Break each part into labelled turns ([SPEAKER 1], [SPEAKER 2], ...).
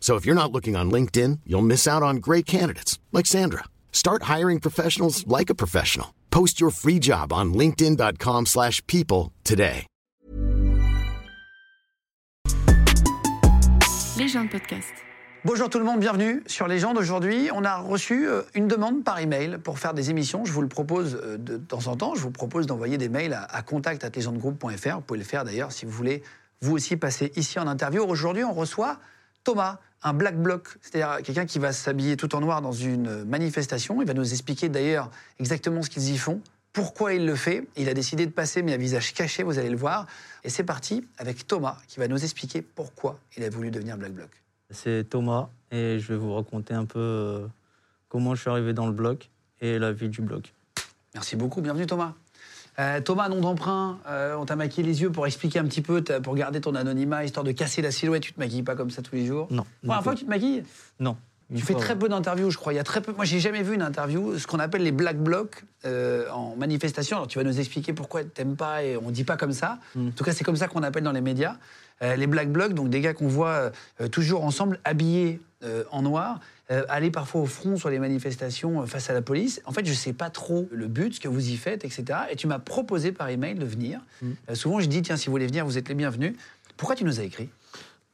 [SPEAKER 1] So if you're not looking on LinkedIn, you'll miss out on great candidates like Sandra. Start hiring professionals like a professional. Post your free job on linkedin.com/people slash people today.
[SPEAKER 2] Les gens de podcast.
[SPEAKER 3] Bonjour tout le monde, bienvenue sur Légende. Aujourd'hui, on a reçu euh, une demande par email pour faire des émissions. Je vous le propose euh, de, temps en temps. Je vous propose d'envoyer des mails à, à contact@legendegroup.fr. Vous pouvez le faire d'ailleurs si vous voulez vous aussi passer ici en interview. Aujourd'hui, on reçoit Thomas, un black bloc, c'est-à-dire quelqu'un qui va s'habiller tout en noir dans une manifestation. Il va nous expliquer d'ailleurs exactement ce qu'ils y font, pourquoi il le fait. Il a décidé de passer, mais à visage caché, vous allez le voir. Et c'est parti avec Thomas qui va nous expliquer pourquoi il a voulu devenir black bloc.
[SPEAKER 4] C'est Thomas et je vais vous raconter un peu euh, comment je suis arrivé dans le bloc et la vie du bloc.
[SPEAKER 3] Merci beaucoup, bienvenue Thomas. Euh, Thomas, nom d'emprunt, euh, on t'a maquillé les yeux pour expliquer un petit peu, t'as- pour garder ton anonymat, histoire de casser la silhouette. Tu te maquilles pas comme ça tous les jours
[SPEAKER 4] Non. du
[SPEAKER 3] Première
[SPEAKER 4] tout.
[SPEAKER 3] fois que tu te maquilles
[SPEAKER 4] Non.
[SPEAKER 3] Tu fais très peu d'interviews, je crois. Il y a très peu. Moi, j'ai jamais vu une interview, ce qu'on appelle les black blocs euh, en manifestation. Alors, tu vas nous expliquer pourquoi t'aimes pas et on dit pas comme ça. En tout cas, c'est comme ça qu'on appelle dans les médias Euh, les black blocs, donc des gars qu'on voit euh, toujours ensemble, habillés euh, en noir, euh, aller parfois au front sur les manifestations euh, face à la police. En fait, je sais pas trop le but, ce que vous y faites, etc. Et tu m'as proposé par email de venir. Euh, souvent, je dis tiens, si vous voulez venir, vous êtes les bienvenus. Pourquoi tu nous as écrit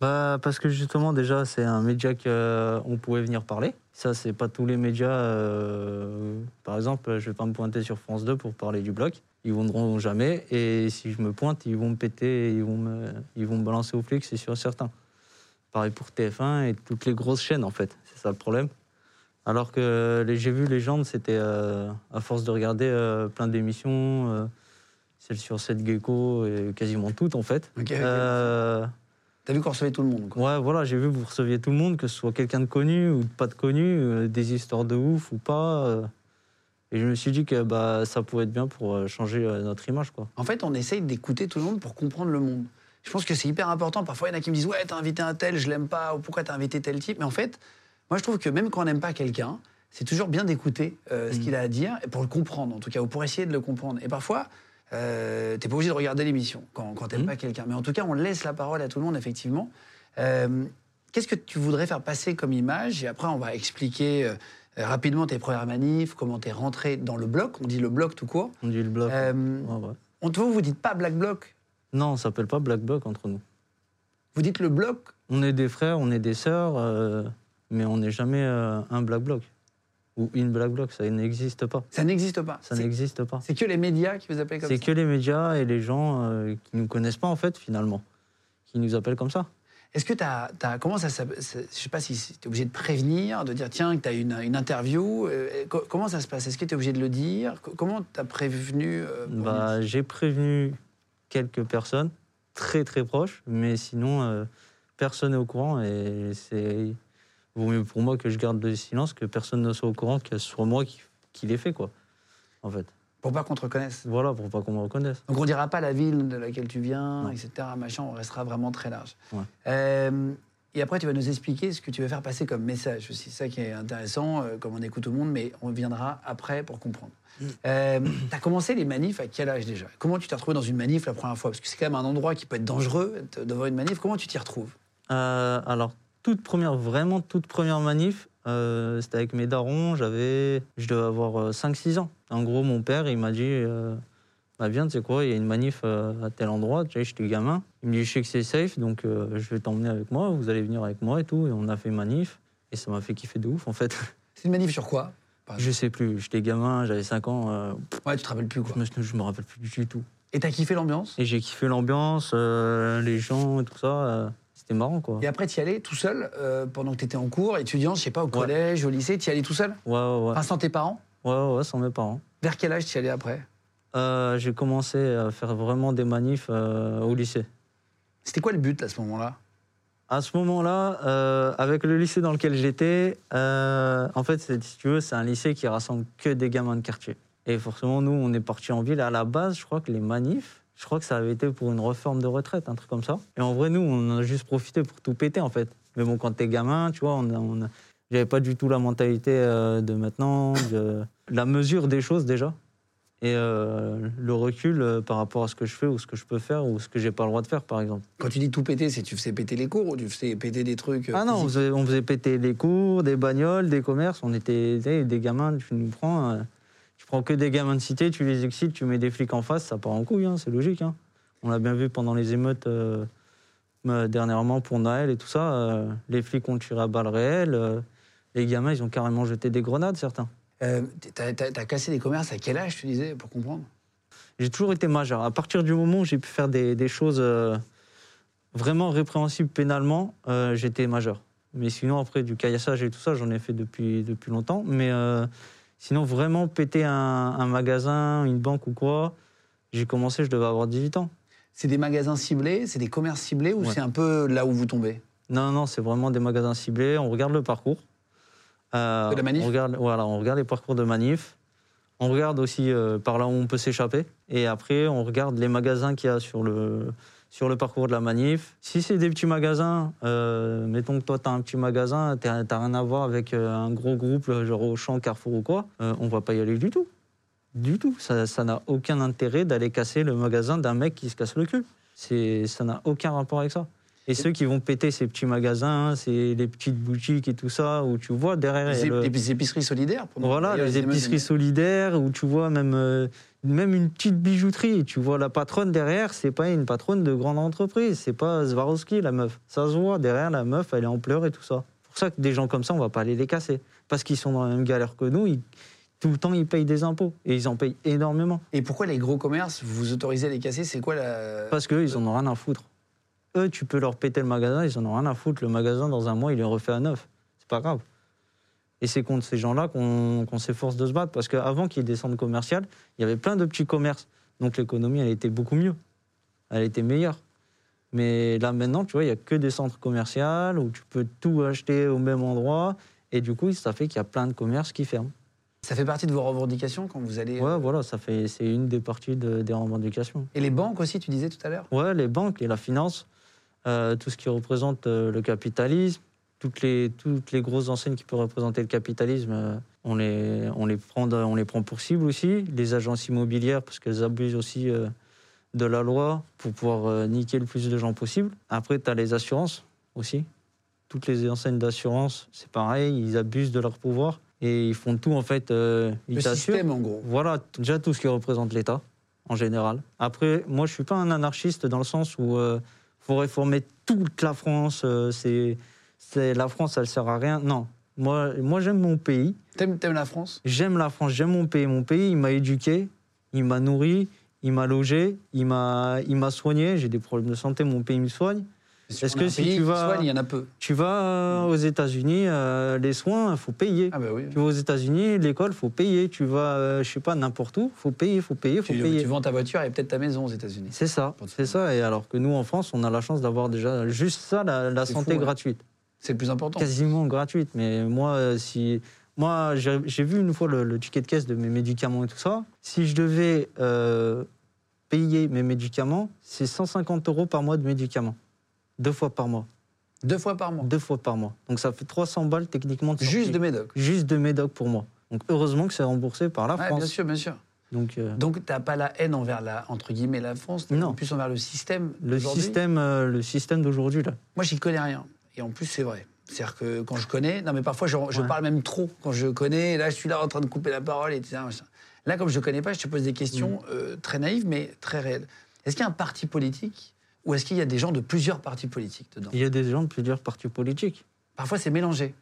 [SPEAKER 4] Bah, parce que justement, déjà, c'est un média qu'on pouvait venir parler. Ça, c'est pas tous les médias. euh, Par exemple, je vais pas me pointer sur France 2 pour parler du bloc. Ils viendront jamais. Et si je me pointe, ils vont me péter, ils vont me, ils vont me balancer au flic, c'est sûr certain. Pareil pour TF1 et toutes les grosses chaînes, en fait. C'est ça le problème. Alors que les J'ai vu Légende, c'était euh, à force de regarder euh, plein d'émissions, euh, celle sur 7 Gecko, et quasiment toutes, en fait.
[SPEAKER 3] Ok.
[SPEAKER 4] Euh,
[SPEAKER 3] T'as vu qu'on recevait tout le monde. quoi.
[SPEAKER 4] Ouais, voilà, j'ai vu que vous receviez tout le monde, que ce soit quelqu'un de connu ou de pas de connu, euh, des histoires de ouf ou pas. euh, et je me suis dit que bah, ça pouvait être bien pour euh, changer euh, notre image, quoi.
[SPEAKER 3] En fait, on essaye d'écouter tout le monde pour comprendre le monde. Je pense que c'est hyper important. Parfois, il y en a qui me disent Ouais, t'as invité un tel, je l'aime pas, ou pourquoi t'as invité tel type. Mais en fait, moi, je trouve que même quand on n'aime pas quelqu'un, c'est toujours bien d'écouter euh, ce qu'il a à dire, et pour le comprendre, en tout cas, ou pour essayer de le comprendre. Et parfois, euh, t'es pas obligé de regarder l'émission quand, quand t'aimes
[SPEAKER 4] Mhm.
[SPEAKER 3] pas quelqu'un. Mais en tout cas, on laisse la parole à tout le monde, effectivement. Euh, Qu'est-ce que tu voudrais faire passer comme image Et après, on va expliquer euh, rapidement tes premières manifs, comment t'es rentré dans le bloc. On dit le bloc tout court.
[SPEAKER 4] On dit le bloc.
[SPEAKER 3] Euh,
[SPEAKER 4] Ouais, ouais.
[SPEAKER 3] on te vous, vous dites pas Black Bloc,
[SPEAKER 4] Non, on s'appelle pas Black Bloc entre nous.
[SPEAKER 3] vous dites le bloc.
[SPEAKER 4] On est des frères, on est des sœurs, euh, mais on n'est jamais euh, un Black Bloc. Ou une Black Bloc, ça n'existe pas.
[SPEAKER 3] Ça n'existe pas.
[SPEAKER 4] Ça
[SPEAKER 3] C'est-
[SPEAKER 4] n'existe pas.
[SPEAKER 3] C'est que les médias qui vous appellent comme ça.
[SPEAKER 4] C'est que les médias et les gens euh, qui nous connaissent pas, en fait, finalement, qui nous appellent comme ça.
[SPEAKER 3] Est-ce que tu as, Comment ça s'appelle c'est- Je sais pas si tu es obligé de prévenir, de dire tiens, que tu as une, une interview. euh, co- comment ça se passe Est-ce que tu es obligé de le dire Co- Comment tu as prévenu euh, pour
[SPEAKER 4] Bah,
[SPEAKER 3] dire-
[SPEAKER 4] j'ai prévenu quelques personnes très très proches, mais sinon euh, personne n'est au courant et c'est vaut mieux pour moi que je garde le silence, que personne ne soit au courant, que ce soit moi qui, qui l'ai fait quoi. En fait,
[SPEAKER 3] Pour pas qu'on te reconnaisse.
[SPEAKER 4] voilà pour pas qu'on me reconnaisse.
[SPEAKER 3] Donc on dira pas la ville de laquelle tu viens,
[SPEAKER 4] Non.
[SPEAKER 3] etc. Machin, on restera vraiment très large.
[SPEAKER 4] Ouais.
[SPEAKER 3] Euh, et après, tu vas nous expliquer ce que tu veux faire passer comme message. C'est ça qui est intéressant, euh, comme on écoute tout le monde, mais on viendra après pour comprendre.
[SPEAKER 4] Mm.
[SPEAKER 3] tu as commencé les manifs à quel âge déjà Comment tu t'es retrouvé dans une manif la première fois Parce que c'est quand même un endroit qui peut être dangereux être devant une manif. Comment tu t'y retrouves
[SPEAKER 4] Euh, alors, toute première, vraiment toute première manif, euh, c'était avec mes darons, j'avais, je devais avoir euh, 5-6 ans. En gros, mon père, il m'a dit, euh, bah viens, tu sais quoi, il y a une manif euh, à tel endroit, tu sais, j'étais gamin. Il me dit, je sais que c'est safe, donc euh, je vais t'emmener avec moi, vous allez venir avec moi et tout, et on a fait manif. Et ça m'a fait kiffer de ouf, en fait.
[SPEAKER 3] C'est une manif sur quoi
[SPEAKER 4] je sais plus, j'étais gamin, j'avais 5 ans, euh,
[SPEAKER 3] Ouais, tu te rappelles plus quoi.
[SPEAKER 4] je, me, je me rappelle plus du tout.
[SPEAKER 3] Et t'as kiffé l'ambiance
[SPEAKER 4] Et j'ai kiffé l'ambiance, euh, les gens et tout ça, euh, c'était marrant, quoi.
[SPEAKER 3] Et après, t'y allais tout seul euh, pendant que t'étais en cours, étudiant, je sais pas, au collège, au lycée, t'y allais tout seul
[SPEAKER 4] Ouais, ouais, ouais.
[SPEAKER 3] Enfin, sans tes parents
[SPEAKER 4] Ouais, ouais, ouais, sans mes parents.
[SPEAKER 3] Vers quel âge t'y allais après
[SPEAKER 4] Euh, j'ai commencé à faire vraiment des manifs euh, au lycée.
[SPEAKER 3] C'était quoi le but à ce moment-là
[SPEAKER 4] À À ce moment-là, euh, avec le lycée dans lequel j'étais, euh, en fait, c'est- si tu veux, c'est un lycée qui rassemble que des gamins de quartier. Et forcément, nous, on est partis en ville. À la base, je crois que les manifs, je crois que ça avait été pour une réforme de retraite, un truc comme ça. Et en vrai, nous, on en a juste profité pour tout péter, en fait. Mais bon, quand t'es gamin, tu vois, on, a- on a- j'avais pas du tout la mentalité euh, de maintenant, de la mesure des choses déjà. Et euh, le recul euh, par rapport à ce que je fais ou ce que je peux faire ou ce que j'ai pas le droit de faire, par exemple.
[SPEAKER 3] Quand tu dis tout péter, c'est tu faisais péter les cours ou tu faisais péter des trucs. euh,
[SPEAKER 4] Ah non, on
[SPEAKER 3] physiques
[SPEAKER 4] faisait, on faisait péter les cours, des bagnoles, des commerces. On était tu sais, des gamins, tu nous prends. euh, tu prends que des gamins de cité, tu les excites, tu mets des flics en face, ça part en couille, hein, c'est logique. hein. On l'a bien vu pendant les émeutes euh, euh, dernièrement pour Naël et tout ça. euh, les flics ont tiré à balles réelles. euh, les gamins, ils ont carrément jeté des grenades, certains.
[SPEAKER 3] Euh, t'as, t'as- t'as cassé des commerces à quel âge, tu disais, pour comprendre
[SPEAKER 4] J'ai toujours été majeur. À partir du moment où j'ai pu faire des, des choses euh, vraiment répréhensibles pénalement, euh, j'étais majeur. Mais sinon, après, du caillassage et tout ça, j'en ai fait depuis, depuis longtemps. Mais euh, sinon, vraiment péter un, un magasin, une banque ou quoi, j'ai commencé, je devais avoir 18 ans.
[SPEAKER 3] C'est des magasins ciblés, c'est des commerces ciblés ou
[SPEAKER 4] Ouais.
[SPEAKER 3] c'est un peu là où vous tombez
[SPEAKER 4] Non, non, c'est vraiment des magasins ciblés. On regarde le parcours. Euh,
[SPEAKER 3] De la manif
[SPEAKER 4] on regarde, Voilà, on regarde les parcours de manif. On regarde aussi euh, par là où on peut s'échapper. Et après, on regarde les magasins qu'il y a sur le, sur le parcours de la manif. Si c'est des petits magasins, euh, mettons que toi, tu as un petit magasin, tu n'as rien à voir avec euh, un gros groupe, euh, genre Auchan, Carrefour ou quoi, euh, on va pas y aller du tout. Du tout. Ça ça n'a aucun intérêt d'aller casser le magasin d'un mec qui se casse le cul. C'est- Ça n'a aucun rapport avec ça. Et ceux qui vont péter ces petits magasins, ces, les petites boutiques et tout ça, où tu vois derrière. il y a
[SPEAKER 3] les,
[SPEAKER 4] le-
[SPEAKER 3] ép- les épiceries solidaires pour nous.
[SPEAKER 4] voilà,
[SPEAKER 3] D'ailleurs,
[SPEAKER 4] les
[SPEAKER 3] ils aiment-
[SPEAKER 4] épiceries solidaires, où tu vois même, euh, même une petite bijouterie. Tu vois la patronne derrière, c'est pas une patronne de grande entreprise, c'est pas Swarovski, la meuf. Ça se voit, derrière, la meuf, elle est en pleurs et tout ça. C'est pour ça que des gens comme ça, on va pas aller les casser. Parce qu'ils sont dans la même galère que nous, ils- tout le temps, ils payent des impôts. Et ils en payent énormément.
[SPEAKER 3] Et pourquoi les gros commerces, vous vous autorisez à les casser C'est quoi la.
[SPEAKER 4] Parce qu'eux, ils en ont rien à foutre. Eux, tu peux leur péter le magasin, ils en ont rien à foutre. Le magasin, dans un mois, il est refait à neuf. C'est pas grave. Et c'est contre ces gens-là qu'on qu'on s'efforce de se battre. Parce qu'avant qu'il y ait des centres commerciaux, il y avait plein de petits commerces. Donc l'économie, elle était beaucoup mieux. Elle était meilleure. Mais là, maintenant, tu vois, il n'y a que des centres commerciaux où tu peux tout acheter au même endroit. Et du coup, ça fait qu'il y a plein de commerces qui ferment.
[SPEAKER 3] Ça fait partie de vos revendications quand vous allez. euh,
[SPEAKER 4] Ouais, voilà, ça fait, c'est une des parties de- des revendications.
[SPEAKER 3] Et les banques aussi, tu disais tout à l'heure
[SPEAKER 4] Ouais, les banques et la finance, euh, tout ce qui représente euh, le capitalisme, toutes les, toutes les grosses enseignes qui peuvent représenter le capitalisme, euh, on, les, on, les prend, de- on les prend pour cible aussi. Les agences immobilières, parce qu'elles abusent aussi euh, de la loi pour pouvoir euh, niquer le plus de gens possible. Après, tu as les assurances aussi. Toutes les enseignes d'assurance, c'est pareil, ils abusent de leur pouvoir et ils font tout en fait. euh, ils
[SPEAKER 3] Le
[SPEAKER 4] t'assurent.
[SPEAKER 3] système, en gros.
[SPEAKER 4] Voilà t- déjà tout ce qui représente l'État, en général. Après, moi, je ne suis pas un anarchiste dans le sens où il faut réformer toute la France. euh, c'est, c'est- la France, elle ne sert à rien. Non. Moi, moi j'aime mon pays.
[SPEAKER 3] T'aimes, t'aimes la France
[SPEAKER 4] J'aime la France, j'aime mon pays. Mon pays, il m'a éduqué, il m'a nourri, il m'a logé, il m'a, il m'a soigné. J'ai des problèmes de santé, mon pays me soigne. Est-ce
[SPEAKER 3] On a
[SPEAKER 4] que
[SPEAKER 3] un
[SPEAKER 4] si
[SPEAKER 3] pays
[SPEAKER 4] tu
[SPEAKER 3] qui
[SPEAKER 4] vas-
[SPEAKER 3] soigne, il y en a peu.
[SPEAKER 4] Tu vas euh, aux États-Unis, euh, les soins, il faut payer.
[SPEAKER 3] Ah, bah oui.
[SPEAKER 4] Tu vas aux États-Unis, l'école, faut payer. Tu vas, euh, je sais pas, n'importe où, faut payer, faut payer, faut
[SPEAKER 3] Tu,
[SPEAKER 4] payer.
[SPEAKER 3] tu vends ta voiture et peut-être ta maison aux États-Unis.
[SPEAKER 4] C'est ça,
[SPEAKER 3] Pour te
[SPEAKER 4] c'est ça. Et alors que nous, en France, on a la chance d'avoir déjà juste ça, la, la
[SPEAKER 3] C'est
[SPEAKER 4] santé
[SPEAKER 3] fou, ouais.
[SPEAKER 4] gratuite.
[SPEAKER 3] C'est le plus important.
[SPEAKER 4] Quasiment gratuite. Mais moi, euh, si. Moi, j'ai j'ai vu une fois le, le ticket de caisse de mes médicaments et tout ça. Si je devais euh, payer mes médicaments, c'est 150 euros par mois de médicaments. Deux fois par mois.
[SPEAKER 3] Deux fois par mois.
[SPEAKER 4] Deux fois par mois. Donc ça fait 300 balles techniquement de
[SPEAKER 3] Juste
[SPEAKER 4] sortie.
[SPEAKER 3] de médoc.
[SPEAKER 4] Juste de médoc pour moi. Donc heureusement que c'est remboursé par la
[SPEAKER 3] Ouais,
[SPEAKER 4] France.
[SPEAKER 3] bien sûr, bien sûr.
[SPEAKER 4] Donc euh,
[SPEAKER 3] Donc, t'as pas la haine envers la, entre guillemets, la France, t'as
[SPEAKER 4] Non.
[SPEAKER 3] plus envers le système.
[SPEAKER 4] le
[SPEAKER 3] d'aujourd'hui.
[SPEAKER 4] système, euh, le système d'aujourd'hui là.
[SPEAKER 3] Moi, j'y connais rien. Et en plus, c'est vrai. C'est-à-dire que quand je connais, non mais parfois je, je
[SPEAKER 4] Ouais.
[SPEAKER 3] parle même trop quand je connais. Et là, je suis là en train de couper la parole, etc. machin. Là, comme je connais pas, je te pose des questions
[SPEAKER 4] Mm.
[SPEAKER 3] euh, très naïves mais très réelles. Est-ce qu'il y a un parti politique ou est-ce qu'il y a des gens de plusieurs partis politiques dedans
[SPEAKER 4] Il y a des gens de plusieurs partis politiques.
[SPEAKER 3] Parfois, c'est mélangé.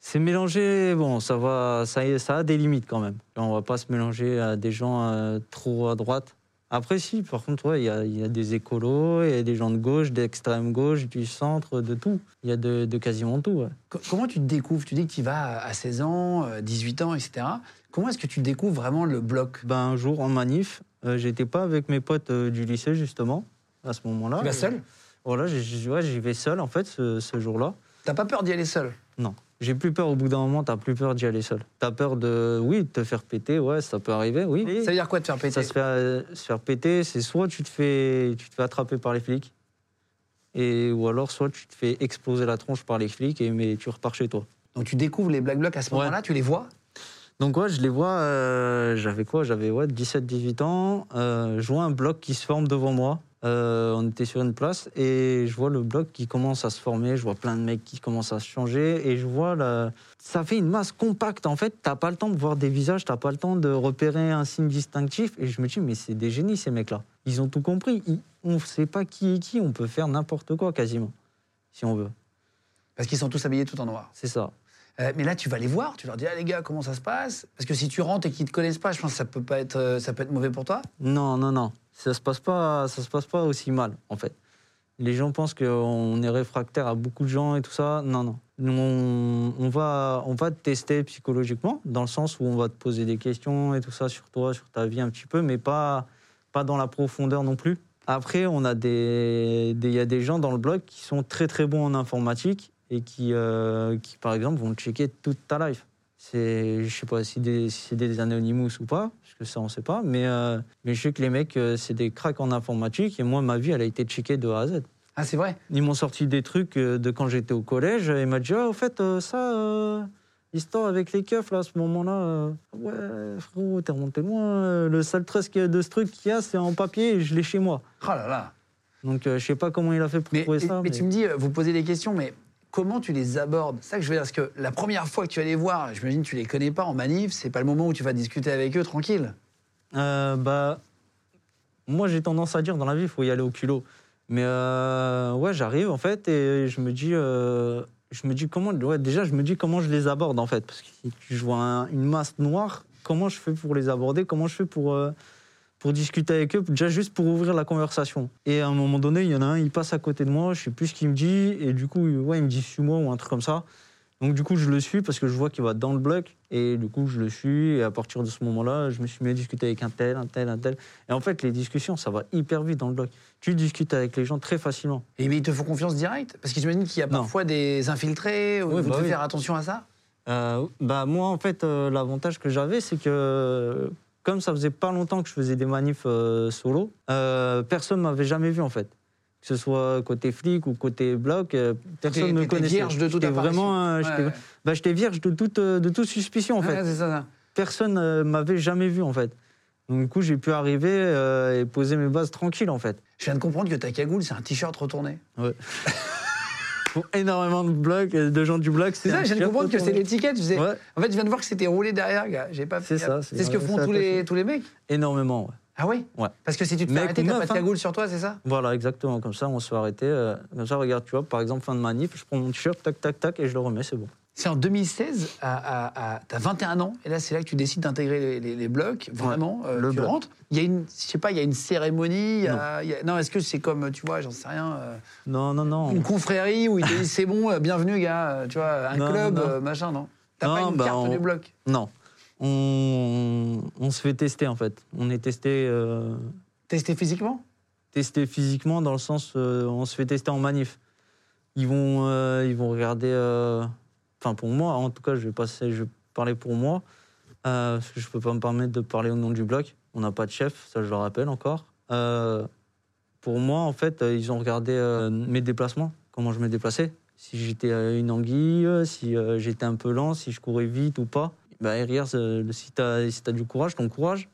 [SPEAKER 4] C'est mélangé, bon, ça va, ça, y est, ça a des limites quand même. On va pas se mélanger à des gens euh, trop à droite. Après, si, par contre, ouais, il y a- il y, a des écolos, il y a des gens de gauche, d'extrême gauche, du centre, de tout. Il y a de, de quasiment tout. ouais.
[SPEAKER 3] Co- comment tu te découvres Tu dis que tu y vas à- à 16 ans, euh, 18 ans, etc. Comment est-ce que tu découvres vraiment le bloc
[SPEAKER 4] Ben, un jour, en manif, euh, j'étais pas avec mes potes euh, du lycée, justement, à ce moment-là.
[SPEAKER 3] Tu vas seul
[SPEAKER 4] Voilà, j'ai- j'ai- ouais, j'y vais seul en fait ce, ce jour-là.
[SPEAKER 3] T'as pas peur d'y aller seul
[SPEAKER 4] Non. J'ai plus peur, au bout d'un moment, t'as plus peur d'y aller seul. T'as peur de, oui, de te faire péter, ouais, ça peut arriver, oui.
[SPEAKER 3] Ça veut dire quoi de faire péter
[SPEAKER 4] Ça se fait, euh, se faire péter, c'est soit tu te fais, tu te fais attraper par les flics, et, ou alors soit tu te fais exploser la tronche par les flics, et, mais tu repars chez toi.
[SPEAKER 3] Donc tu découvres les Black Blocs à ce
[SPEAKER 4] Ouais.
[SPEAKER 3] moment-là, tu les vois
[SPEAKER 4] Donc ouais, je les vois, euh, j'avais quoi J'avais ouais, 17-18 ans, euh, je vois un bloc qui se forme devant moi. Euh, on était sur une place et je vois le bloc qui commence à se former, je vois plein de mecs qui commencent à se changer et je vois la- ça fait une masse compacte en fait, t'as pas le temps de voir des visages, t'as pas le temps de repérer un signe distinctif et je me dis mais c'est des génies ces mecs-là, ils ont tout compris, Ils- on sait pas qui est qui, on peut faire n'importe quoi quasiment si on veut,
[SPEAKER 3] Parce qu'ils sont tous habillés tout en noir.
[SPEAKER 4] c'est ça.
[SPEAKER 3] Euh, mais là, tu vas les voir, tu leur dis, ah les gars, comment ça se passe Parce que si tu rentres et qu'ils te connaissent pas, je pense que ça peut, pas être, euh, ça peut être mauvais pour toi.
[SPEAKER 4] Non, non, non. Ça se passe pas, ça se passe pas aussi mal, en fait. Les gens pensent qu'on est réfractaire à beaucoup de gens et tout ça. Non, non. Nous, on, on va, on va te tester psychologiquement, dans le sens où on va te poser des questions et tout ça sur toi, sur ta vie un petit peu, mais pas, pas dans la profondeur non plus. Après, on a des, des- il y a des gens dans le blog qui sont très très bons en informatique et qui, euh, qui par exemple, vont checker toute ta life. C'est, je sais pas si, des- si c'est des Anonymous ou pas, parce que ça on sait pas, mais, euh, mais je sais que les mecs, euh, c'est des cracks en informatique, et moi, ma vie, elle a été checkée de A à Z.
[SPEAKER 3] Ah, c'est vrai
[SPEAKER 4] Ils m'ont sorti des trucs euh, de quand j'étais au collège, et ils m'ont dit, ah, au fait, euh, ça, euh, l'histoire avec les keufs, là, à ce moment-là, euh, ouais, frérot, t'es remonté loin, euh, le sale trust qu'il y a de ce truc qu'il y a, c'est en papier, et je l'ai chez moi.
[SPEAKER 3] Oh là là
[SPEAKER 4] Donc, euh, je sais pas comment il a fait pour
[SPEAKER 3] Mais,
[SPEAKER 4] trouver
[SPEAKER 3] et-
[SPEAKER 4] ça.
[SPEAKER 3] mais tu me dis, euh, vous posez des questions, mais comment tu les abordes C'est ça que je veux dire, parce que la première fois que tu vas les voir, j'imagine que tu les connais pas en manif, c'est pas le moment où tu vas discuter avec eux tranquille.
[SPEAKER 4] Euh, bah, moi j'ai tendance à dire dans la vie, il faut y aller au culot. Mais euh, ouais, j'arrive en fait et je me dis, euh, je me dis comment, ouais, déjà je me dis comment je les aborde en fait, parce que si tu vois un- une masse noire, comment je fais pour les aborder, comment je fais pour euh, pour discuter avec eux, déjà juste pour ouvrir la conversation. Et à un moment donné, il y en a un, il passe à côté de moi, je sais plus ce qu'il me dit, et du coup, ouais, il me dit suis-moi ou un truc comme ça. Donc du coup, je le suis parce que je vois qu'il va dans le bloc. Et du coup, je le suis. Et à partir de ce moment-là, je me suis mis à discuter avec un tel, un tel, un tel. Et en fait, les discussions, ça va hyper vite dans le bloc. Tu discutes avec les gens très facilement.
[SPEAKER 3] Et mais ils te font confiance direct Parce que j'imagine qu'il y a
[SPEAKER 4] Non.
[SPEAKER 3] parfois des infiltrés, où
[SPEAKER 4] Oui,
[SPEAKER 3] vous
[SPEAKER 4] bah
[SPEAKER 3] devez
[SPEAKER 4] oui.
[SPEAKER 3] faire attention à ça.
[SPEAKER 4] Euh, bah moi, en fait, euh, l'avantage que j'avais, c'est que euh, comme ça faisait pas longtemps que je faisais des manifs euh, solo, euh, personne m'avait jamais vu en fait. Que ce soit côté flic ou côté bloc, euh, personne me
[SPEAKER 3] t'étais
[SPEAKER 4] connaissait.
[SPEAKER 3] vierge de toute
[SPEAKER 4] J'étais vraiment, euh,
[SPEAKER 3] apparition.
[SPEAKER 4] j'étais-
[SPEAKER 3] Ouais, ouais.
[SPEAKER 4] bah, j'étais vierge de toute, euh, de toute suspicion en fait.
[SPEAKER 3] Ah, Ouais, c'est ça, ça.
[SPEAKER 4] personne ne m'avait jamais vu en fait. Donc du coup, j'ai pu arriver euh, et poser mes bases tranquilles en fait.
[SPEAKER 3] Je viens de comprendre que ta cagoule, c'est un t-shirt retourné.
[SPEAKER 4] Pour énormément de blocs, euh, de gens du bloc,
[SPEAKER 3] C'est ça, je viens de comprendre que c'est l'étiquette. je faisais-
[SPEAKER 4] Ouais,
[SPEAKER 3] En fait, je viens de voir que c'était roulé derrière, gars. J'ai pas fait
[SPEAKER 4] C'est
[SPEAKER 3] gaffe.
[SPEAKER 4] ça, c'est
[SPEAKER 3] C'est ce que
[SPEAKER 4] vrai,
[SPEAKER 3] font
[SPEAKER 4] c'est
[SPEAKER 3] tous les,
[SPEAKER 4] attaché.
[SPEAKER 3] tous les mecs.
[SPEAKER 4] énormément. ouais.
[SPEAKER 3] Ah oui
[SPEAKER 4] Ouais.
[SPEAKER 3] Parce que si tu te fais
[SPEAKER 4] Mec
[SPEAKER 3] arrêter,
[SPEAKER 4] ou
[SPEAKER 3] t'as
[SPEAKER 4] meuf,
[SPEAKER 3] pas de
[SPEAKER 4] hein.
[SPEAKER 3] cagoule sur toi, c'est ça
[SPEAKER 4] Voilà, exactement. Comme ça, on se fait arrêter. euh, comme ça, regarde, tu vois, par exemple, fin de manip, je prends mon t-shirt, tac, tac, tac, et je le remets, c'est bon.
[SPEAKER 3] C'est en 2016, à, à- à- t'as 21 ans, et là c'est là que tu décides d'intégrer les, les- les blocs, vraiment, euh,
[SPEAKER 4] le
[SPEAKER 3] tu
[SPEAKER 4] bloc.
[SPEAKER 3] rentres. Il y a une, je sais pas, il y a une cérémonie, il y a- il y a- non, est-ce que c'est comme, tu vois, j'en sais rien, euh,
[SPEAKER 4] Non, non, non.
[SPEAKER 3] une confrérie où ils te disent c'est bon, euh, bienvenue gars, euh, tu vois, un
[SPEAKER 4] Non,
[SPEAKER 3] club,
[SPEAKER 4] non, non.
[SPEAKER 3] euh, machin, non T'as pas
[SPEAKER 4] Non,
[SPEAKER 3] une
[SPEAKER 4] bah,
[SPEAKER 3] carte
[SPEAKER 4] on-
[SPEAKER 3] du bloc
[SPEAKER 4] Non. On, on se fait tester en fait. On est testé, euh,
[SPEAKER 3] Testé physiquement
[SPEAKER 4] testé physiquement dans le sens, euh, on se fait tester en manif. Ils vont, euh, ils vont regarder. euh, Enfin, pour moi, en tout cas, je vais passer, je vais parler pour moi, euh, parce que je peux pas me permettre de parler au nom du bloc. On n'a pas de chef, ça je le rappelle encore. Euh, pour moi, en fait, euh, ils ont regardé euh, mes déplacements, comment je me déplaçais, si j'étais euh, une anguille, euh, si euh, j'étais un peu lent, si je courais vite ou pas. Bah, ils regardent, euh, si tu as, du courage, ton courage.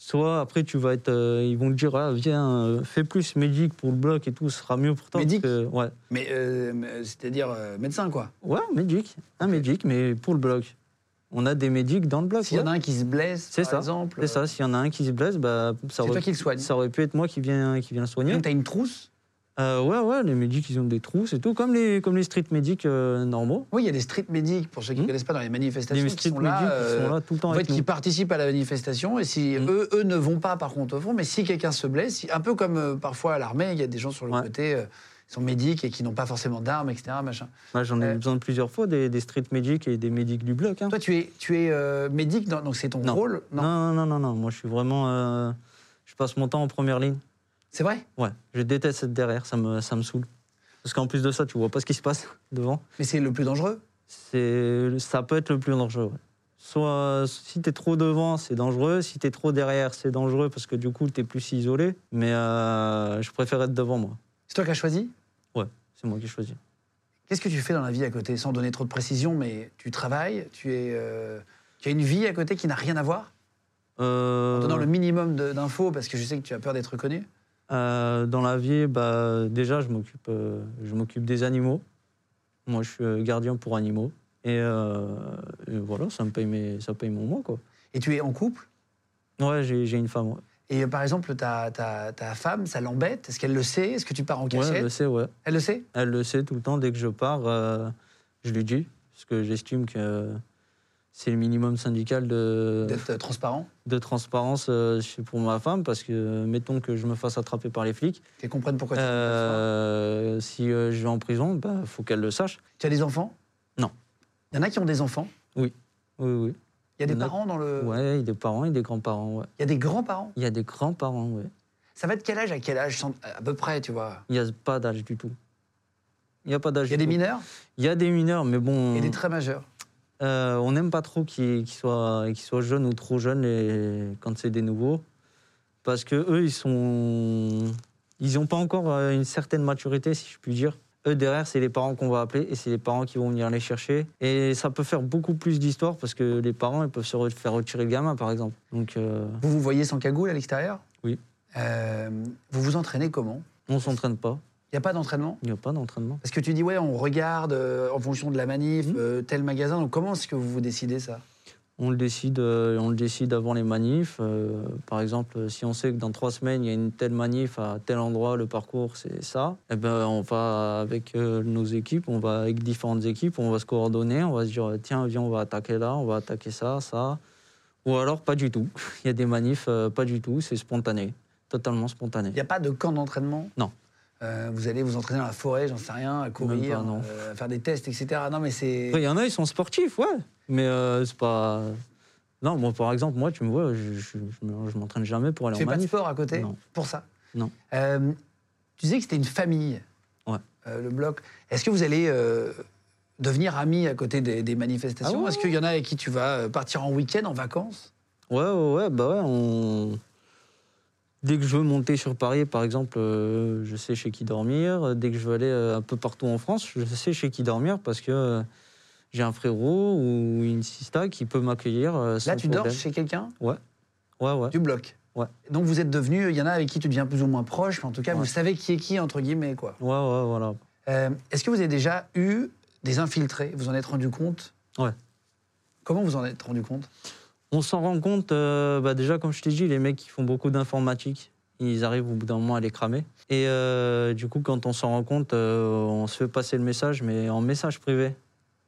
[SPEAKER 4] Soit après, tu vas être, euh, ils vont te dire, Ah, viens, euh, fais plus médic pour le bloc et tout, ce sera mieux pour toi.
[SPEAKER 3] Médic
[SPEAKER 4] parce que- ouais.
[SPEAKER 3] Mais euh, mais, c'est-à-dire euh, médecin quoi.
[SPEAKER 4] ouais, médic, un médic, mais pour le bloc. On a des médics dans le bloc.
[SPEAKER 3] S'il y en a un qui se blesse,
[SPEAKER 4] Ah, C'est
[SPEAKER 3] par
[SPEAKER 4] ça,
[SPEAKER 3] exemple, euh,
[SPEAKER 4] C'est ça, s'il y en a un qui se blesse, bah, ça,
[SPEAKER 3] C'est
[SPEAKER 4] aurait,
[SPEAKER 3] toi qui le Mmh. soigne.
[SPEAKER 4] ça aurait pu être moi qui viens, qui viens le soigner.
[SPEAKER 3] donc t'as une trousse.
[SPEAKER 4] Euh, ouais, ouais, les médics, ils ont des trous, c'est tout, comme les, comme les street médics euh, normaux.
[SPEAKER 3] Oui, il y a des street medics pour ceux qui ne
[SPEAKER 4] Hmm.
[SPEAKER 3] connaissent pas dans les manifestations.
[SPEAKER 4] Les
[SPEAKER 3] qui
[SPEAKER 4] street
[SPEAKER 3] sont
[SPEAKER 4] médics,
[SPEAKER 3] là,
[SPEAKER 4] ils
[SPEAKER 3] euh,
[SPEAKER 4] sont là tout le temps
[SPEAKER 3] En fait,
[SPEAKER 4] avec
[SPEAKER 3] qui
[SPEAKER 4] nous.
[SPEAKER 3] participent à la manifestation, et si
[SPEAKER 4] Mm.
[SPEAKER 3] eux, eux ne vont pas, par contre, au fond, mais si quelqu'un se blesse, si- un peu comme euh, parfois à l'armée, il y a des gens sur le
[SPEAKER 4] Ouais.
[SPEAKER 3] côté, euh, qui sont médics et qui n'ont pas forcément d'armes, etc. Machin.
[SPEAKER 4] Moi, Bah, J'en ai
[SPEAKER 3] Ouais.
[SPEAKER 4] eu besoin de plusieurs fois, des, des street médics et des médics du bloc. hein.
[SPEAKER 3] Toi, tu es, tu es euh, médic, dans- donc c'est ton
[SPEAKER 4] Non.
[SPEAKER 3] rôle
[SPEAKER 4] Non, non, non, non, non, moi je suis vraiment. euh, je passe mon temps en première ligne.
[SPEAKER 3] C'est vrai
[SPEAKER 4] Ouais, je déteste être derrière, ça me, ça me saoule. Parce qu'en plus de ça, tu vois pas ce qui se passe devant.
[SPEAKER 3] Mais c'est le plus dangereux.
[SPEAKER 4] C'est, ça peut être le plus dangereux. ouais. Soit si t'es trop devant, c'est dangereux. Si t'es trop derrière, c'est dangereux parce que du coup, t'es plus isolé. Mais euh, je préfère être devant moi.
[SPEAKER 3] C'est toi qui as choisi
[SPEAKER 4] Ouais, c'est moi qui choisis.
[SPEAKER 3] Qu'est-ce que tu fais dans la vie à côté Sans donner trop de précision, mais tu travailles, tu, es, euh, tu as une vie à côté qui n'a rien à voir
[SPEAKER 4] Euh,
[SPEAKER 3] En donnant le minimum de- d'infos, parce que je sais que tu as peur d'être connu.
[SPEAKER 4] Euh, dans la vie, bah, déjà, je m'occupe, euh, je m'occupe des animaux. Moi, je suis euh, gardien pour animaux. Et, euh, et voilà, ça me paye, mes, ça paye mon mois, quoi.
[SPEAKER 3] Et tu es en couple
[SPEAKER 4] Ouais, j'ai, j'ai une femme. ouais.
[SPEAKER 3] et euh, par exemple, ta, ta, ta femme, ça l'embête Est-ce qu'elle le sait Est-ce que tu pars en
[SPEAKER 4] Ouais,
[SPEAKER 3] cachette
[SPEAKER 4] elle le sait, ouais.
[SPEAKER 3] Elle le sait
[SPEAKER 4] Elle le sait tout le temps. Dès que je pars, euh, je lui dis. Parce que j'estime que c'est le minimum syndical de,
[SPEAKER 3] D'être euh, transparent
[SPEAKER 4] de transparence euh, chez- pour ma femme. Parce que, euh, mettons que je me fasse attraper par les flics.
[SPEAKER 3] Qu'elle comprenne pourquoi tu
[SPEAKER 4] euh, si euh, je vais en prison, il faut qu'elle le sache.
[SPEAKER 3] Tu as des enfants
[SPEAKER 4] Non.
[SPEAKER 3] Il y en a qui ont des enfants.
[SPEAKER 4] Oui, oui.
[SPEAKER 3] Il y a des
[SPEAKER 4] Il y en a-
[SPEAKER 3] parents dans le.
[SPEAKER 4] Ouais, il y a des parents et des grands-parents, ouais.
[SPEAKER 3] Il y a des grands-parents.
[SPEAKER 4] Il y a des grands-parents, ouais.
[SPEAKER 3] Ça va de quel âge à quel âge sans- À peu près, tu vois.
[SPEAKER 4] Il n'y a pas d'âge du tout. Il n'y a pas Mm. d'âge.
[SPEAKER 3] Il y a
[SPEAKER 4] du
[SPEAKER 3] des
[SPEAKER 4] tout.
[SPEAKER 3] mineurs
[SPEAKER 4] Il y a des mineurs, mais bon,
[SPEAKER 3] et des très majeurs.
[SPEAKER 4] euh, on n'aime pas trop qu'ils qu'ils soient, qu'ils soient jeunes ou trop jeunes et quand c'est des nouveaux. Parce que eux, ils sont... Ils n'ont pas encore euh, une certaine maturité, si je puis dire. Eux, derrière, c'est les parents qu'on va appeler et c'est les parents qui vont venir les chercher. Et ça peut faire beaucoup plus d'histoire parce que les parents, ils peuvent se re- faire retirer le gamin, par exemple. Donc, euh,
[SPEAKER 3] Vous vous voyez sans cagoule à l'extérieur
[SPEAKER 4] Oui.
[SPEAKER 3] Euh, vous vous entraînez comment
[SPEAKER 4] on ne s'entraîne pas.
[SPEAKER 3] Il n'y a pas d'entraînement
[SPEAKER 4] Il n'y a pas d'entraînement.
[SPEAKER 3] Parce que tu dis, ouais, on regarde euh, en fonction de la manif,
[SPEAKER 4] Mhm.
[SPEAKER 3] euh, tel magasin. Donc comment est-ce que vous vous décidez ça
[SPEAKER 4] On le décide, euh, on le décide avant les manifs. Euh, par exemple, si on sait que dans trois semaines il y a une telle manif à tel endroit, le parcours c'est ça. eh ben on va avec euh, nos équipes, on va avec différentes équipes, on va se coordonner, on va se dire tiens viens on va attaquer là, on va attaquer ça, ça. Ou alors pas du tout. Il y a des manifs euh, pas du tout, c'est spontané, totalement spontané.
[SPEAKER 3] Il n'y a pas de camp d'entraînement
[SPEAKER 4] Non.
[SPEAKER 3] Euh, vous allez vous entraîner dans la forêt, j'en sais rien, à courir,
[SPEAKER 4] pas, non.
[SPEAKER 3] euh, à faire des tests, etc. Non, mais c'est.
[SPEAKER 4] Après, il y en a, ils sont sportifs, ouais. Mais euh, c'est pas. Non, moi, par exemple, moi, tu me vois, je, je, je- je m'entraîne jamais pour aller
[SPEAKER 3] Tu fais
[SPEAKER 4] en
[SPEAKER 3] pas de
[SPEAKER 4] manif.
[SPEAKER 3] sport à côté
[SPEAKER 4] Non.
[SPEAKER 3] pour ça
[SPEAKER 4] Non.
[SPEAKER 3] Euh, tu disais que c'était une famille,
[SPEAKER 4] Ouais.
[SPEAKER 3] euh, le bloc. Est-ce que vous allez euh, devenir amis à côté des, des manifestations
[SPEAKER 4] Ah ouais.
[SPEAKER 3] Est-ce qu'il y en a avec qui tu vas euh, partir en week-end, en vacances
[SPEAKER 4] Ouais, ouais, ouais, bah ouais, on... Dès que je veux monter sur Paris, par exemple, euh, je sais chez qui dormir. Euh, Dès que je veux aller euh, un peu partout en France, je sais chez qui dormir parce que euh, j'ai un frérot ou une sista qui peut m'accueillir euh, sans
[SPEAKER 3] Là, tu dors
[SPEAKER 4] problème.
[SPEAKER 3] chez quelqu'un
[SPEAKER 4] Ouais, ouais.
[SPEAKER 3] du bloc.
[SPEAKER 4] Ouais.
[SPEAKER 3] Donc vous êtes devenu, il y en a avec qui tu deviens plus ou moins proche, mais en tout cas,
[SPEAKER 4] Ouais.
[SPEAKER 3] vous savez qui est qui, entre guillemets. quoi.
[SPEAKER 4] Ouais, ouais, voilà.
[SPEAKER 3] Euh, Est-ce que vous avez déjà eu des infiltrés Vous en êtes rendu compte
[SPEAKER 4] Ouais.
[SPEAKER 3] Comment vous en êtes rendu compte
[SPEAKER 4] On s'en rend compte, euh, bah déjà, comme je t'ai dit, les mecs qui font beaucoup d'informatique, ils arrivent au bout d'un moment à les cramer. Et euh, du coup, quand on s'en rend compte, euh, on se fait passer le message, mais en message privé,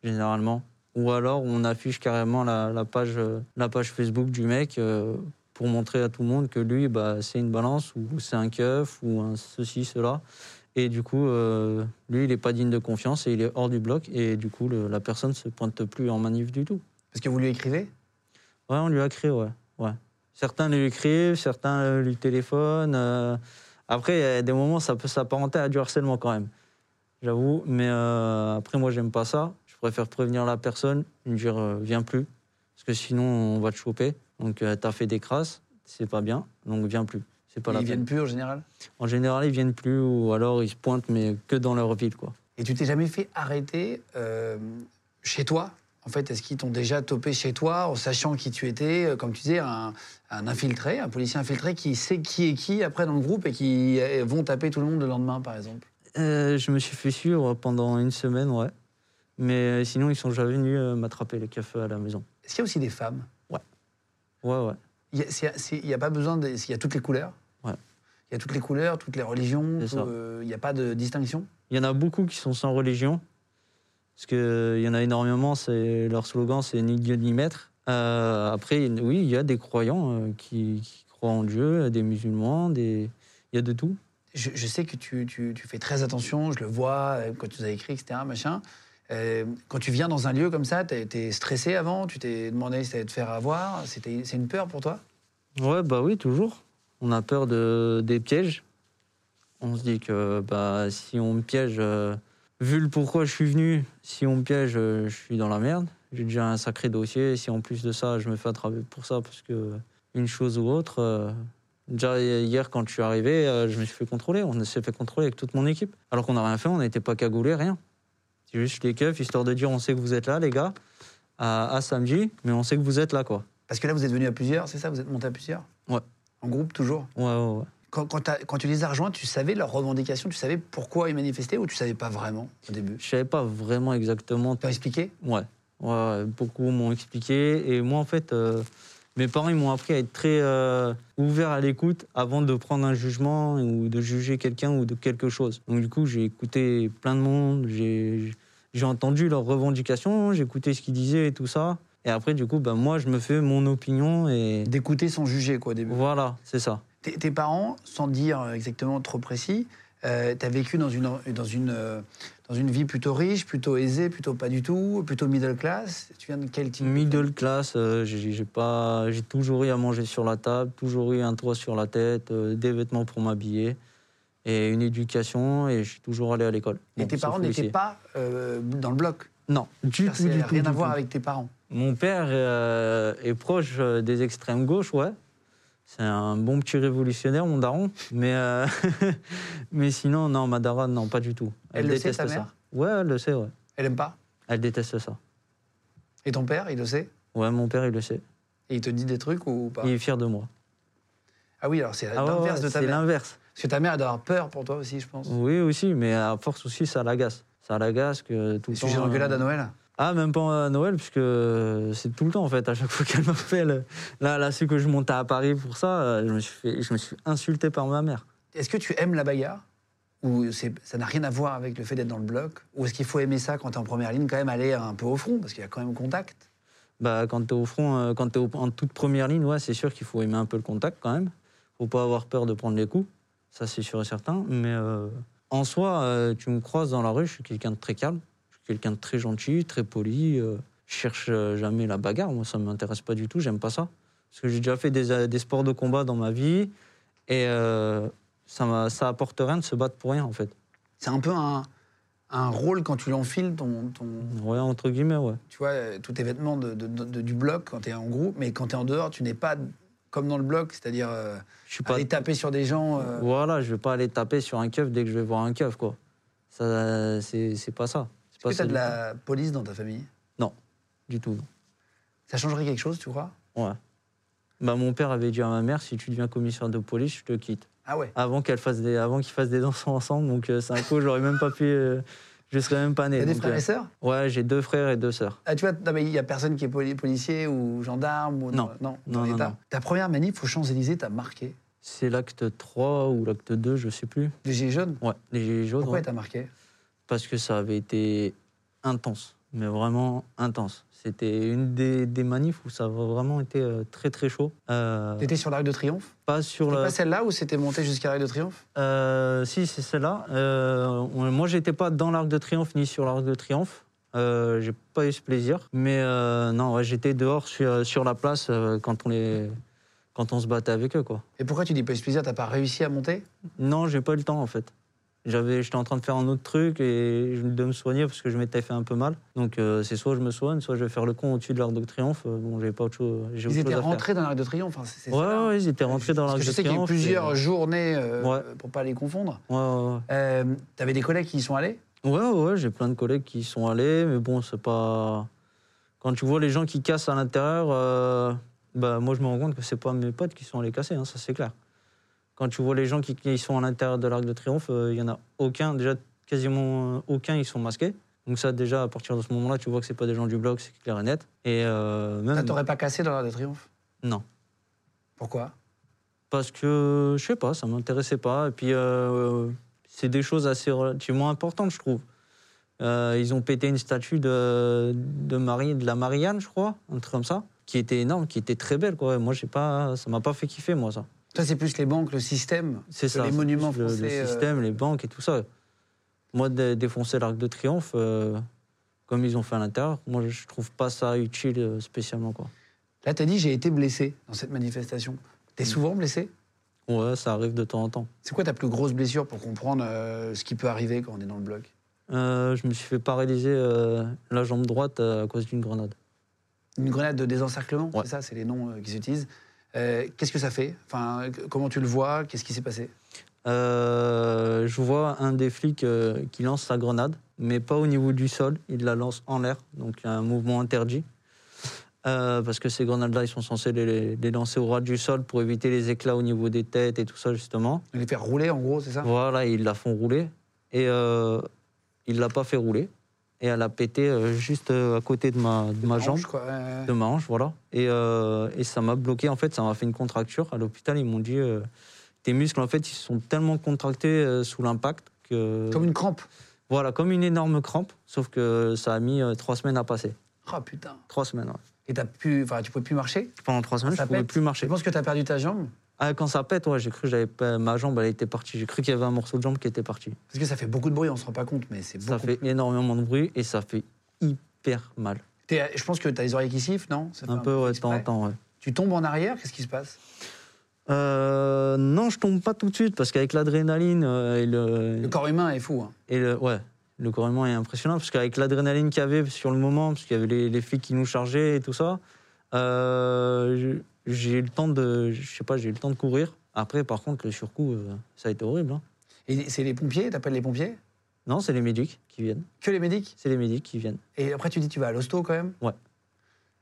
[SPEAKER 4] généralement. Ou alors, on affiche carrément la, la page, euh, la page Facebook du mec euh, pour montrer à tout le monde que lui, bah, c'est une balance, ou c'est un keuf, ou un ceci, cela. Et du coup, euh, lui, il n'est pas digne de confiance et il est hors du bloc. Et du coup, le- la personne ne se pointe plus en manif du tout.
[SPEAKER 3] Parce que vous lui écrivez
[SPEAKER 4] Ouais, on lui a créé, ouais. ouais. Certains lui écrivent, certains euh, lui téléphonent. euh. Après, il y a des moments, ça peut s'apparenter à du harcèlement quand même. J'avoue. Mais euh, après, moi, j'aime pas ça. Je préfère prévenir la personne, lui dire euh, viens plus. Parce que sinon, on va te choper. Donc, euh, t'as fait des crasses, c'est pas bien. Donc, viens plus. C'est pas
[SPEAKER 3] Ils
[SPEAKER 4] la peine.
[SPEAKER 3] viennent plus en général
[SPEAKER 4] En général, ils viennent plus ou alors ils se pointent, mais que dans leur ville, quoi.
[SPEAKER 3] Et tu t'es jamais fait arrêter euh, chez toi En fait, est-ce qu'ils t'ont déjà topé chez toi en sachant qui tu étais euh, Comme tu disais, un, un infiltré, un policier infiltré qui sait qui est qui après dans le groupe et qui euh, vont taper tout le monde le lendemain, par exemple.
[SPEAKER 4] Euh, je me suis fait suivre pendant une semaine, ouais. Mais euh, sinon, ils sont jamais venus euh, m'attraper les cafés à la maison.
[SPEAKER 3] Est-ce qu'il y a aussi des femmes
[SPEAKER 4] Ouais, ouais.
[SPEAKER 3] Il y a- c'est- c'est- il n'y a, pas besoin de. Il y a toutes les couleurs
[SPEAKER 4] Ouais.
[SPEAKER 3] Il y a toutes les couleurs, toutes les religions,
[SPEAKER 4] C'est
[SPEAKER 3] tout,
[SPEAKER 4] ça.
[SPEAKER 3] euh, il n'y a pas de distinction
[SPEAKER 4] Il y en a beaucoup qui sont sans religion. Parce qu'il y en a énormément, c'est- leur slogan c'est ni Dieu ni maître. Euh, après, il- oui, il y a des croyants euh, qui, qui croient en Dieu, des musulmans, des... il y a de tout.
[SPEAKER 3] je, je sais que tu, tu- tu fais très attention, je le vois euh, quand tu nous as écrit, etc. Machin. Euh, quand tu viens dans un lieu comme ça, t'as été stressé avant, tu t'es demandé si t'allais te faire avoir, c'était- c'est une peur pour toi
[SPEAKER 4] Ouais, bah oui, toujours. On a peur de, des pièges, On se dit que bah, si on me piège, euh, vu le pourquoi je suis venu, si on me piège, euh, je suis dans la merde. J'ai déjà un sacré dossier. Si en plus de ça, je me fais attraper pour ça, parce que euh, une chose ou autre. euh, Déjà hier, quand je suis arrivé, euh, je me suis fait contrôler. On s'est fait contrôler avec toute mon équipe. Alors qu'on n'a rien fait, on n'était pas cagoulé, rien. C'est juste les keufs, histoire de dire on sait que vous êtes là, les gars, à, à samedi, mais on sait que vous êtes là, quoi.
[SPEAKER 3] Parce que là, vous êtes venus à plusieurs, c'est ça Vous êtes montés à plusieurs
[SPEAKER 4] Ouais.
[SPEAKER 3] En groupe, toujours
[SPEAKER 4] Ouais, ouais, ouais.
[SPEAKER 3] Quand, quand t'as- quand tu les as rejoints, tu savais leurs revendications, tu savais pourquoi ils manifestaient ou tu savais pas vraiment au début
[SPEAKER 4] Je savais pas vraiment exactement
[SPEAKER 3] T'as expliqué
[SPEAKER 4] Ouais, ouais, ouais, beaucoup m'ont expliqué. Et moi, en fait, euh, mes parents, ils m'ont appris à être très euh, ouvert à l'écoute avant de prendre un jugement ou de juger quelqu'un ou de quelque chose. Donc, du coup, j'ai écouté plein de monde, j'ai j'ai entendu leurs revendications, j'ai écouté ce qu'ils disaient et tout ça. Et après, du coup, bah, moi, je me fais mon opinion et
[SPEAKER 3] D'écouter sans juger, quoi, au début.
[SPEAKER 4] voilà, c'est ça.
[SPEAKER 3] Tes, tes parents, sans dire euh, exactement trop précis, euh, t'as vécu dans une, dans, une, euh, dans une vie plutôt riche, plutôt aisée, plutôt pas du tout, plutôt middle class. Tu viens de quel type
[SPEAKER 4] Middle class, euh, j'ai j'ai pas, j'ai toujours eu à manger sur la table, toujours eu un toit sur la tête, euh, des vêtements pour m'habiller et une éducation et je suis toujours allé à l'école.
[SPEAKER 3] Et
[SPEAKER 4] Bon,
[SPEAKER 3] tes
[SPEAKER 4] sauf
[SPEAKER 3] parents
[SPEAKER 4] au
[SPEAKER 3] n'étaient
[SPEAKER 4] lycée.
[SPEAKER 3] pas euh, dans le bloc.
[SPEAKER 4] Non, du
[SPEAKER 3] Ça
[SPEAKER 4] tout, du
[SPEAKER 3] n'a
[SPEAKER 4] tout,
[SPEAKER 3] rien
[SPEAKER 4] du
[SPEAKER 3] à voir
[SPEAKER 4] tout.
[SPEAKER 3] avec tes parents.
[SPEAKER 4] Mon père euh, est proche euh, des extrêmes gauches, ouais. C'est un bon petit révolutionnaire, mon daron. Mais, euh, mais sinon, non, ma daronne, non, pas du tout.
[SPEAKER 3] Elle le sait, ta
[SPEAKER 4] ça.
[SPEAKER 3] mère
[SPEAKER 4] ouais, elle le sait, ouais.
[SPEAKER 3] Elle aime pas.
[SPEAKER 4] Elle déteste ça.
[SPEAKER 3] Et ton père, il le sait
[SPEAKER 4] Ouais, mon père, il le sait.
[SPEAKER 3] Et il te dit des trucs ou pas
[SPEAKER 4] Il est fier de moi.
[SPEAKER 3] Ah oui, alors c'est
[SPEAKER 4] Ah ouais,
[SPEAKER 3] l'inverse
[SPEAKER 4] ouais,
[SPEAKER 3] de ta
[SPEAKER 4] c'est
[SPEAKER 3] mère.
[SPEAKER 4] l'inverse.
[SPEAKER 3] Parce que ta mère elle doit avoir peur pour toi aussi, je pense.
[SPEAKER 4] Oui, aussi, mais à force aussi, ça l'agace. Ça l'agace que tout
[SPEAKER 3] Les
[SPEAKER 4] le temps.
[SPEAKER 3] sujets d'engueulade
[SPEAKER 4] euh,
[SPEAKER 3] à Noël
[SPEAKER 4] Ah, même pas à Noël, puisque euh, c'est tout le temps en fait, à chaque fois qu'elle m'appelle. Là, là, c'est que je montais à Paris pour ça, euh, je me suis, fait- je me suis insulté par ma mère.
[SPEAKER 3] Est-ce que tu aimes la bagarre Ou c'est- ça n'a rien à voir avec le fait d'être dans le bloc Ou est-ce qu'il faut aimer ça quand t'es en première ligne, quand même aller un peu au front Parce qu'il y a quand même contact.
[SPEAKER 4] Bah, quand t'es au front, euh, quand t'es au- en toute première ligne, ouais, c'est sûr qu'il faut aimer un peu le contact quand même. Faut pas avoir peur de prendre les coups, ça c'est sûr et certain. Mais euh, en soi, euh, tu me croises dans la rue, je suis quelqu'un de très calme, je suis quelqu'un de très gentil, très poli. euh, je cherche euh, jamais la bagarre, moi ça m'intéresse pas du tout, j'aime pas ça. Parce que j'ai déjà fait des, euh, des sports de combat dans ma vie et euh, ça, m'a- ça apporte rien de se battre pour rien en fait.
[SPEAKER 3] C'est un peu un, un rôle quand tu l'enfiles, ton, ton-
[SPEAKER 4] Ouais, entre guillemets, ouais.
[SPEAKER 3] tu vois, euh, tous tes vêtements de- de- de- du bloc quand t'es en groupe, mais quand t'es en dehors, tu n'es pas comme dans le bloc, c'est-à-dire euh,
[SPEAKER 4] Je suis pas
[SPEAKER 3] aller taper sur des gens. euh,
[SPEAKER 4] Voilà, je vais pas aller taper sur un keuf dès que je vais voir un keuf, quoi. Ça, c'est c'est pas ça. C'est pas
[SPEAKER 3] Est-ce que
[SPEAKER 4] ça
[SPEAKER 3] t'as de
[SPEAKER 4] du
[SPEAKER 3] la police dans ta famille
[SPEAKER 4] tout. Du tout,
[SPEAKER 3] Ça changerait quelque chose, tu crois
[SPEAKER 4] non. Ouais. Bah, mon père avait dit à ma mère, si tu deviens commissaire de police, je te quitte.
[SPEAKER 3] Ah ouais
[SPEAKER 4] Avant qu'elle fasse des, avant qu'ils fassent des enfants ensemble, donc euh, c'est un coup, j'aurais même pas pu, euh, je serais même pas né.
[SPEAKER 3] T'as des
[SPEAKER 4] donc,
[SPEAKER 3] frères
[SPEAKER 4] euh,
[SPEAKER 3] et sœurs
[SPEAKER 4] ouais, j'ai deux frères et deux sœurs.
[SPEAKER 3] Ah, tu vois, non, mais il n'y a personne qui est poli- policier ou gendarme ou
[SPEAKER 4] Non.
[SPEAKER 3] non,
[SPEAKER 4] Non,
[SPEAKER 3] dans
[SPEAKER 4] non,
[SPEAKER 3] l'État.
[SPEAKER 4] non.
[SPEAKER 3] Ta première manif aux Champs-Élysées, t'as marqué.
[SPEAKER 4] C'est l'acte 3 ou l'acte 2, je sais plus.
[SPEAKER 3] Des Gilets jaunes
[SPEAKER 4] Ouais, les gilets jaunes.
[SPEAKER 3] Pourquoi
[SPEAKER 4] ouais.
[SPEAKER 3] t'as marqué
[SPEAKER 4] parce que ça avait été intense, mais vraiment intense. C'était une des, des manifs où ça a vraiment été euh, très très chaud. Euh,
[SPEAKER 3] T'étais sur l'Arc de Triomphe
[SPEAKER 4] pas sur
[SPEAKER 3] C'était
[SPEAKER 4] la.
[SPEAKER 3] pas celle-là ou c'était monté jusqu'à l'Arc de Triomphe
[SPEAKER 4] Euh, si, c'est celle-là. Euh, on- moi, j'étais pas dans l'Arc de Triomphe ni sur l'Arc de Triomphe. Euh, j'ai pas eu ce plaisir. Mais euh, non, ouais, j'étais dehors sur, sur la place euh, quand, on les, quand on se battait avec eux, quoi.
[SPEAKER 3] Et pourquoi tu dis pas eu ce plaisir T'as pas réussi à monter
[SPEAKER 4] Non, j'ai pas eu le temps en fait. J'avais, j'étais en train de faire un autre truc et je de me soigner parce que je m'étais fait un peu mal. Donc euh, c'est soit je me soigne, soit je vais faire le con au-dessus de l'Arc de Triomphe. Euh, Bon, j'ai pas autre chose. J'ai
[SPEAKER 3] Ils
[SPEAKER 4] autre
[SPEAKER 3] étaient
[SPEAKER 4] chose à faire.
[SPEAKER 3] rentrés dans l'Arc de Triomphe. hein, c'est- c'est
[SPEAKER 4] Ouais,
[SPEAKER 3] ça, là.
[SPEAKER 4] ouais, ils étaient rentrés dans
[SPEAKER 3] Parce
[SPEAKER 4] l'Arc
[SPEAKER 3] que
[SPEAKER 4] de
[SPEAKER 3] je sais qu'il y a eu
[SPEAKER 4] Triomphe.
[SPEAKER 3] plusieurs
[SPEAKER 4] et-
[SPEAKER 3] journées euh,
[SPEAKER 4] Ouais.
[SPEAKER 3] pour pas les confondre.
[SPEAKER 4] Ouais, ouais, ouais.
[SPEAKER 3] Euh, T'avais des collègues qui y sont allés
[SPEAKER 4] Ouais, ouais, j'ai plein de collègues qui y sont allés, mais bon, c'est pas. Quand tu vois les gens qui cassent à l'intérieur, euh, bah, moi je me rends compte que c'est pas mes potes qui sont allés casser, hein, ça c'est clair. Quand tu vois les gens qui, qui sont à l'intérieur de l'Arc de Triomphe, il y en a aucun, déjà quasiment euh, aucun, ils sont masqués. Donc ça déjà, à partir de ce moment-là, tu vois que c'est pas des gens du blog, c'est clair et net. Et euh,
[SPEAKER 3] Ça
[SPEAKER 4] même
[SPEAKER 3] t'aurait pas cassé dans l'Arc de Triomphe
[SPEAKER 4] Non.
[SPEAKER 3] Pourquoi
[SPEAKER 4] parce que je sais pas, ça m'intéressait pas. Et puis euh, c'est des choses assez relativement importantes, je trouve. Euh, ils ont pété une statue de, de Marie, de la Marianne, je crois, un truc comme ça, qui était énorme, qui était très belle. Quoi. Et Moi, j'ai pas, ça m'a pas fait kiffer, moi, ça.
[SPEAKER 3] Toi, c'est plus les banques, le système.
[SPEAKER 4] C'est
[SPEAKER 3] que
[SPEAKER 4] ça.
[SPEAKER 3] Les
[SPEAKER 4] c'est
[SPEAKER 3] monuments
[SPEAKER 4] plus le, le
[SPEAKER 3] français. euh,
[SPEAKER 4] système, les banques et tout ça. Moi, dé- défoncer l'Arc de Triomphe, euh, comme ils ont fait à l'intérieur, moi, je trouve pas ça utile euh, spécialement, quoi. Mm.
[SPEAKER 3] Là, t'as dit j'ai été blessé dans cette manifestation. T'es souvent blessé
[SPEAKER 4] Ouais, ça arrive de temps en temps.
[SPEAKER 3] C'est quoi ta plus grosse blessure pour comprendre euh, ce qui peut arriver quand on est dans le bloc
[SPEAKER 4] Euh, je me suis fait paralyser euh, la jambe droite euh, à cause d'une grenade.
[SPEAKER 3] Une grenade de désencerclement,
[SPEAKER 4] Ouais.
[SPEAKER 3] c'est ça, c'est les noms euh, qu'ils utilisent. Euh, Qu'est-ce que ça fait enfin, que- Comment tu le vois Qu'est-ce qui s'est passé
[SPEAKER 4] Euh, je vois un des flics euh, qui lance sa grenade, mais pas au niveau du sol, il la lance en l'air, donc il y a un mouvement interdit. Euh, parce que ces grenades-là, ils sont censés les, les lancer au ras du sol pour éviter les éclats au niveau des têtes et tout ça, justement.
[SPEAKER 3] Les faire rouler, en gros, c'est ça
[SPEAKER 4] Voilà, ils la font rouler. Et euh, il l'a pas fait rouler. Et elle a pété euh, juste euh, à côté de ma, de ma jambe.
[SPEAKER 3] Hanche, quoi, ouais.
[SPEAKER 4] de ma hanche, voilà. Et, euh, et ça m'a bloqué, en fait, ça m'a fait une contracture. À l'hôpital, ils m'ont dit, euh, tes muscles, en fait, ils se sont tellement contractés euh, sous l'impact que...
[SPEAKER 3] Comme une crampe.
[SPEAKER 4] Voilà, comme une énorme crampe, sauf que ça a mis euh, trois semaines à passer.
[SPEAKER 3] Ah putain.
[SPEAKER 4] Trois semaines, ouais.
[SPEAKER 3] Et t'as pu, enfin, tu pouvais plus marcher
[SPEAKER 4] Pendant trois semaines,
[SPEAKER 3] Ça
[SPEAKER 4] je pouvais
[SPEAKER 3] pète.
[SPEAKER 4] plus
[SPEAKER 3] Je
[SPEAKER 4] marcher.
[SPEAKER 3] pense que t'as perdu ta jambe.
[SPEAKER 4] Ah, quand ça pète, ouais, j'ai cru que j'avais pas- ma jambe, elle était partie. J'ai cru qu'il y avait un morceau de jambe qui était parti.
[SPEAKER 3] Parce que ça fait beaucoup de bruit, on se rend pas compte, mais c'est
[SPEAKER 4] Ça
[SPEAKER 3] beaucoup.
[SPEAKER 4] fait énormément de bruit et ça fait hyper mal.
[SPEAKER 3] T'es- Je pense que t'as les oreilles qui sifflent, non Ça fait
[SPEAKER 4] Un peu, ouais, de temps en
[SPEAKER 3] exprès.
[SPEAKER 4] temps, ouais.
[SPEAKER 3] Tu tombes en arrière, qu'est-ce qui se passe
[SPEAKER 4] Euh, non, je tombe pas tout de suite parce qu'avec l'adrénaline euh, et le,
[SPEAKER 3] Le corps humain est fou. hein.
[SPEAKER 4] Et le, ouais, le corps humain est impressionnant parce qu'avec l'adrénaline qu'il y avait sur le moment, parce qu'il y avait les, les flics qui nous chargeaient et tout ça, euh, je- j'ai eu le temps de, je sais pas, j'ai eu le temps de courir. Après, par contre, le surcoût, euh, ça a été horrible. hein.
[SPEAKER 3] Et c'est les pompiers, t'appelles les pompiers
[SPEAKER 4] Non, c'est les médics qui viennent.
[SPEAKER 3] Que les médics
[SPEAKER 4] C'est les médics qui viennent.
[SPEAKER 3] Et après, tu dis, tu vas à l'hosto quand même
[SPEAKER 4] Ouais.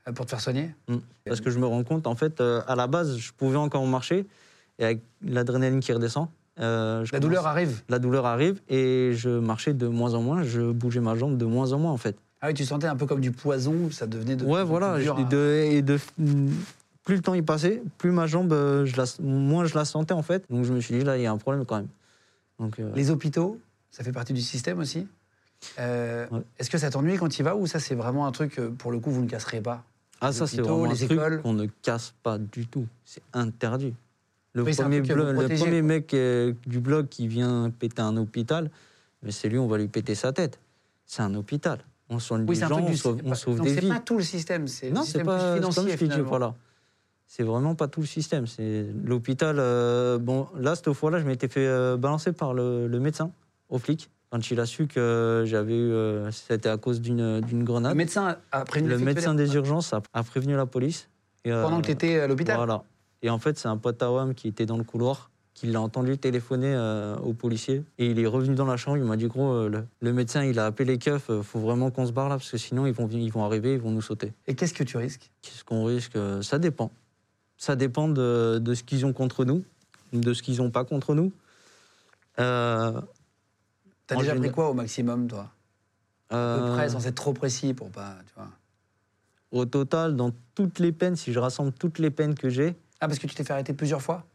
[SPEAKER 3] Euh, Pour te faire soigner
[SPEAKER 4] Mm. Parce que je me rends compte, en fait, euh, à la base, je pouvais encore marcher et avec l'adrénaline qui redescend, euh, je
[SPEAKER 3] La
[SPEAKER 4] commence-
[SPEAKER 3] douleur arrive.
[SPEAKER 4] la douleur arrive et je marchais de moins en moins, je bougeais ma jambe de moins en moins en fait.
[SPEAKER 3] Ah oui, tu sentais un peu comme du poison, ça devenait de.
[SPEAKER 4] Ouais,
[SPEAKER 3] plus en
[SPEAKER 4] voilà.
[SPEAKER 3] plus dur
[SPEAKER 4] je-
[SPEAKER 3] à-
[SPEAKER 4] de- et de- plus le temps y passait, plus ma jambe, euh, je la, moins je la sentais en fait. Donc je me suis dit, là, il y a un problème quand même. Donc, euh,
[SPEAKER 3] Les hôpitaux, ça fait partie du système aussi. Euh,
[SPEAKER 4] Ouais.
[SPEAKER 3] Est-ce que ça t'ennuie quand tu y vas ou ça c'est vraiment un truc euh, pour le coup vous ne casserez pas
[SPEAKER 4] ah, ça, c'est
[SPEAKER 3] hôpitaux,
[SPEAKER 4] vraiment un
[SPEAKER 3] les
[SPEAKER 4] truc
[SPEAKER 3] écoles.
[SPEAKER 4] qu'on ne casse pas du tout. C'est interdit. Le
[SPEAKER 3] Oui, c'est un
[SPEAKER 4] premier,
[SPEAKER 3] truc que vous
[SPEAKER 4] blo- le
[SPEAKER 3] protégez,
[SPEAKER 4] premier
[SPEAKER 3] quoi.
[SPEAKER 4] mec euh, du blog qui vient péter un hôpital, mais c'est lui, on va lui péter sa tête. C'est un hôpital. On sauve des
[SPEAKER 3] c'est
[SPEAKER 4] gens, on sauve,
[SPEAKER 3] c'est
[SPEAKER 4] on
[SPEAKER 3] pas-
[SPEAKER 4] sauve
[SPEAKER 3] donc
[SPEAKER 4] des
[SPEAKER 3] Bah, c'est
[SPEAKER 4] vies.
[SPEAKER 3] pas tout le système, c'est le
[SPEAKER 4] Non, c'est
[SPEAKER 3] système
[SPEAKER 4] pas
[SPEAKER 3] plus
[SPEAKER 4] c'est comme
[SPEAKER 3] financier
[SPEAKER 4] je t'ai dit,
[SPEAKER 3] finalement.
[SPEAKER 4] voilà. C'est vraiment pas tout le système. C'est l'hôpital. euh, bon, là, cette fois-là, je m'étais fait euh, balancer par le, le médecin, au flic, quand il a su que j'avais eu. euh, C'était à cause d'une d'une
[SPEAKER 3] Le
[SPEAKER 4] grenade.
[SPEAKER 3] médecin a
[SPEAKER 4] hein. Le,
[SPEAKER 3] prévenu les flics,
[SPEAKER 4] médecin
[SPEAKER 3] peut-être,
[SPEAKER 4] des urgences a, a prévenu la police. Et, euh,
[SPEAKER 3] pendant que tu étais à l'hôpital.
[SPEAKER 4] Voilà. Et en fait, c'est un pote à WAM qui était dans le couloir, qui l'a entendu téléphoner euh, au policier. Et il est revenu dans la chambre, il m'a dit Gros, euh, le, le médecin, il a appelé les keufs, euh, faut vraiment qu'on se barre là, parce que sinon, ils vont, vi- ils vont arriver, ils vont nous sauter.
[SPEAKER 3] Et qu'est-ce que tu risques
[SPEAKER 4] Qu'est-ce qu'on risque Euh, Ça dépend. Ça dépend de, de ce qu'ils ont contre nous, de ce qu'ils n'ont pas contre nous. Euh,
[SPEAKER 3] T'as
[SPEAKER 4] En
[SPEAKER 3] déjà pris
[SPEAKER 4] général-
[SPEAKER 3] quoi au maximum toi De
[SPEAKER 4] euh,
[SPEAKER 3] près, sans être trop précis pour pas, tu vois.
[SPEAKER 4] au total, dans toutes les peines, si je rassemble toutes les peines que j'ai,
[SPEAKER 3] Ah parce que tu t'es fait arrêter plusieurs fois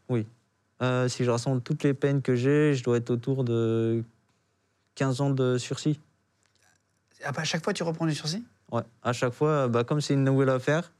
[SPEAKER 4] euh, si je rassemble toutes les peines que j'ai, je dois être autour de 15 ans de sursis.
[SPEAKER 3] Ah, bah, À chaque fois tu reprends du sursis
[SPEAKER 4] Ouais. À chaque fois, euh, bah, comme c'est une nouvelle affaire,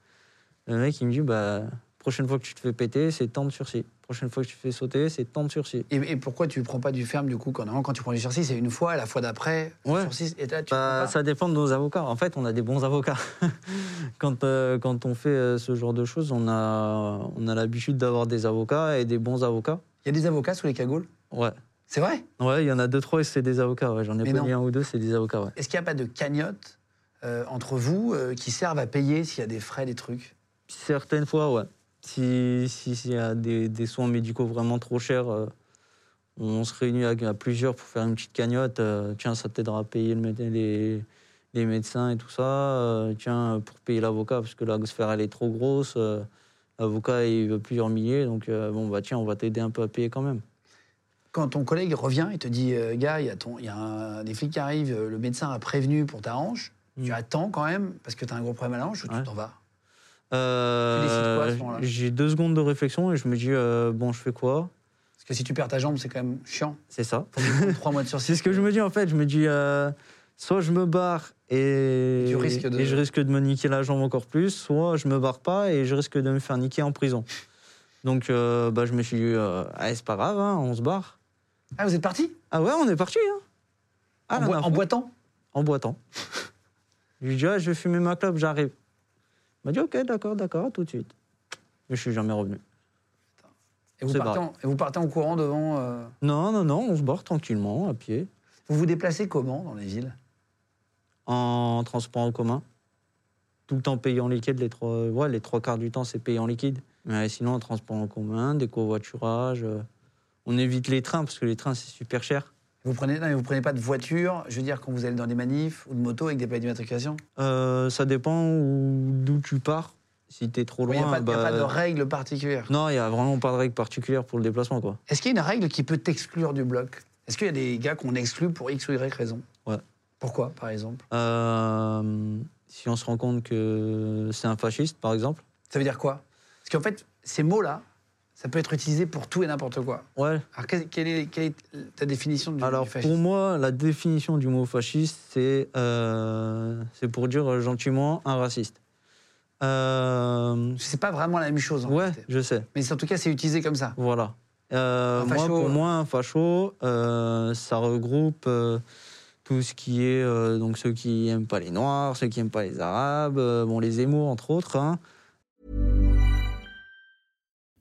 [SPEAKER 4] le mec il me dit bah, prochaine fois que tu te fais péter, c'est tant de sursis. Prochaine fois que tu te fais sauter, c'est tant de sursis.
[SPEAKER 3] Et, et pourquoi tu prends pas du ferme du coup quand, normalement, quand tu prends du sursis C'est une fois, la fois d'après, le
[SPEAKER 4] Ouais.
[SPEAKER 3] sursis, et là, tu
[SPEAKER 4] Bah,
[SPEAKER 3] prends pas
[SPEAKER 4] ça dépend de nos avocats. En fait, on a des bons avocats. quand, euh, quand on fait euh, ce genre de choses, on a, on a l'habitude d'avoir des avocats et des bons avocats.
[SPEAKER 3] Il y a des avocats sous les cagoules
[SPEAKER 4] Ouais.
[SPEAKER 3] C'est vrai
[SPEAKER 4] Ouais, il y en a deux, trois et c'est des avocats. ouais. J'en ai
[SPEAKER 3] Mais
[SPEAKER 4] connu
[SPEAKER 3] non.
[SPEAKER 4] un ou deux, c'est des avocats. Ouais.
[SPEAKER 3] Est-ce qu'il n'y a pas de cagnotte euh, entre vous euh, qui servent à payer s'il y a des frais, des trucs
[SPEAKER 4] Certaines fois, ouais. Si- si- S'il y a des, des soins médicaux vraiment trop chers, euh, on se réunit à, à plusieurs pour faire une petite cagnotte. euh, tiens, ça t'aidera à payer le mé- les, les médecins et tout ça. euh, tiens, pour payer l'avocat, parce que la sphère, elle est trop grosse. euh, l'avocat, il veut plusieurs milliers. Donc, euh, bon, bah tiens, on va t'aider un peu à payer quand même.
[SPEAKER 3] Quand ton collègue revient, il te dit euh, Gars, il y a, ton, il y a un- des flics qui arrivent, euh, le médecin a prévenu pour ta hanche. Tu
[SPEAKER 4] Mm.
[SPEAKER 3] attends quand même parce que tu as un gros problème à la hanche ou
[SPEAKER 4] Ouais.
[SPEAKER 3] tu t'en vas
[SPEAKER 4] Euh,
[SPEAKER 3] Tu décides quoi, à ce moment-là
[SPEAKER 4] J'ai deux secondes de réflexion et je me dis, euh, bon, je fais quoi
[SPEAKER 3] Parce que si tu perds ta jambe, c'est quand même chiant.
[SPEAKER 4] C'est ça.
[SPEAKER 3] Faut que tu prennes Trois mois de sursis.
[SPEAKER 4] C'est ce que je me dis en fait. Je me dis, euh, soit je me barre et,
[SPEAKER 3] Et tu risques de-
[SPEAKER 4] et je risque de me niquer la jambe encore plus, soit je me barre pas et je risque de me faire niquer en prison. Donc euh, bah, je me suis dit, euh, Ah, c'est pas grave, hein, on se barre.
[SPEAKER 3] Ah, vous êtes parti
[SPEAKER 4] Ah ouais, on est parti. Hein. Ah,
[SPEAKER 3] en,
[SPEAKER 4] la
[SPEAKER 3] boi-
[SPEAKER 4] naf-
[SPEAKER 3] en boitant
[SPEAKER 4] en boitant. je lui dis, ah, je vais fumer ma clope, j'arrive. Il m'a dit, ok, d'accord, d'accord, à tout de suite. Mais je suis jamais revenu.
[SPEAKER 3] Et vous,
[SPEAKER 4] C'est
[SPEAKER 3] partez
[SPEAKER 4] vrai.
[SPEAKER 3] en, et vous partez en courant devant. euh,
[SPEAKER 4] Non, non, non, on se barre tranquillement, à pied,
[SPEAKER 3] Vous vous déplacez comment dans les villes
[SPEAKER 4] en transport en commun. Tout le temps payé en liquide, les trois, ouais, les trois quarts du temps, c'est payé en liquide. Mais sinon, en transport en commun, des covoiturages, euh, on évite les trains, parce que les trains, c'est super cher.
[SPEAKER 3] Vous prenez, non, mais vous prenez pas de voiture, je veux dire, quand vous allez dans des manifs ou de moto avec des plaques d'immatriculation
[SPEAKER 4] Euh, ça dépend où- d'où tu pars. Si t'es trop
[SPEAKER 3] Il
[SPEAKER 4] loin,
[SPEAKER 3] n'y a, pas de- y a
[SPEAKER 4] bah,
[SPEAKER 3] pas de règle particulière.
[SPEAKER 4] non, il n'y a vraiment pas de règle particulière pour le déplacement, quoi.
[SPEAKER 3] Est-ce qu'il y a une règle qui peut t'exclure du bloc Est-ce qu'il y a des gars qu'on exclut pour X ou Y raison
[SPEAKER 4] Ouais.
[SPEAKER 3] Pourquoi, par exemple
[SPEAKER 4] Euh, si on se rend compte que c'est un fasciste, par exemple,
[SPEAKER 3] Ça veut dire quoi Parce qu'en fait, ces mots-là, ça peut être utilisé pour tout et n'importe quoi.
[SPEAKER 4] ouais.
[SPEAKER 3] Alors, que- quelle est, quelle est ta définition du,
[SPEAKER 4] Alors
[SPEAKER 3] du fascisme
[SPEAKER 4] pour moi, la définition du mot fasciste, c'est euh, c'est pour dire euh, gentiment un raciste. Euh,
[SPEAKER 3] C'est pas vraiment la même chose. En
[SPEAKER 4] ouais,
[SPEAKER 3] réalité.
[SPEAKER 4] je sais.
[SPEAKER 3] Mais en tout cas, c'est utilisé comme ça.
[SPEAKER 4] Voilà. Euh,
[SPEAKER 3] Un
[SPEAKER 4] moi,
[SPEAKER 3] facho,
[SPEAKER 4] pour
[SPEAKER 3] ouais.
[SPEAKER 4] moi, un facho, euh, ça regroupe euh, tout ce qui est euh, donc ceux qui aiment pas les noirs, ceux qui aiment pas les arabes, euh, bon les Zemmour entre autres. hein.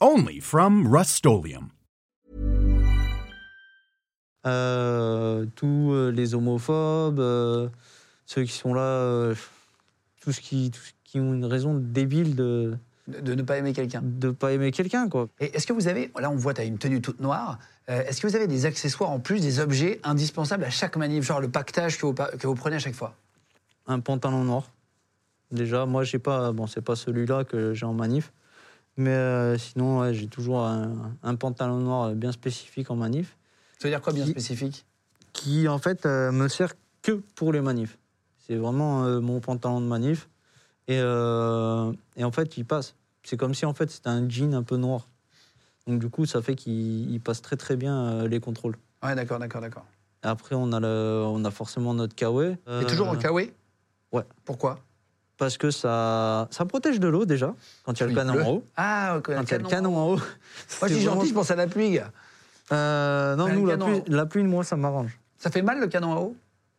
[SPEAKER 2] Only from Rust
[SPEAKER 4] Euh, tous euh, les homophobes, euh, ceux qui sont là, euh, tout ce qui, tout ce qui ont une raison débile de
[SPEAKER 3] De, de ne pas aimer quelqu'un.
[SPEAKER 4] de pas aimer quelqu'un quoi.
[SPEAKER 3] Et est-ce que vous avez, là on voit, tu as une tenue toute noire, Euh, est-ce que vous avez des accessoires en plus, des objets indispensables à chaque manif, genre le pactage que vous, pa- que vous prenez à chaque fois
[SPEAKER 4] Un pantalon noir. Déjà, moi j'ai pas, bon c'est pas celui-là que j'ai en manif, mais euh, sinon ouais, j'ai toujours un, un pantalon noir euh, bien spécifique en manif,
[SPEAKER 3] Ça veut dire quoi bien
[SPEAKER 4] Qui-
[SPEAKER 3] spécifique
[SPEAKER 4] qui en fait euh, me sert que pour les manifs. C'est vraiment euh, mon pantalon de manif et, euh, et en fait il passe. C'est comme si en fait c'était un jean un peu noir. Donc du coup ça fait qu'il il passe très très bien euh, les contrôles.
[SPEAKER 3] Ouais, d'accord, d'accord, d'accord.
[SPEAKER 4] Après on a le, on a forcément notre kawaii.
[SPEAKER 3] Et toujours en
[SPEAKER 4] Euh,
[SPEAKER 3] kawé
[SPEAKER 4] ouais.
[SPEAKER 3] Pourquoi
[SPEAKER 4] parce que ça, ça protège de l'eau déjà, quand il y a le
[SPEAKER 3] Il
[SPEAKER 4] canon
[SPEAKER 3] pleut.
[SPEAKER 4] en haut.
[SPEAKER 3] Ah, ok,
[SPEAKER 4] Quand il y a le
[SPEAKER 3] canon.
[SPEAKER 4] canon en haut.
[SPEAKER 3] Moi je
[SPEAKER 4] c'est
[SPEAKER 3] suis
[SPEAKER 4] vraiment-
[SPEAKER 3] gentil, je pense à la pluie, gars.
[SPEAKER 4] Euh, non,
[SPEAKER 3] Ouais,
[SPEAKER 4] nous,
[SPEAKER 3] le
[SPEAKER 4] la
[SPEAKER 3] canon en
[SPEAKER 4] pluie,
[SPEAKER 3] haut.
[SPEAKER 4] la pluie, moi, ça m'arrange.
[SPEAKER 3] Ça fait mal le canon à eau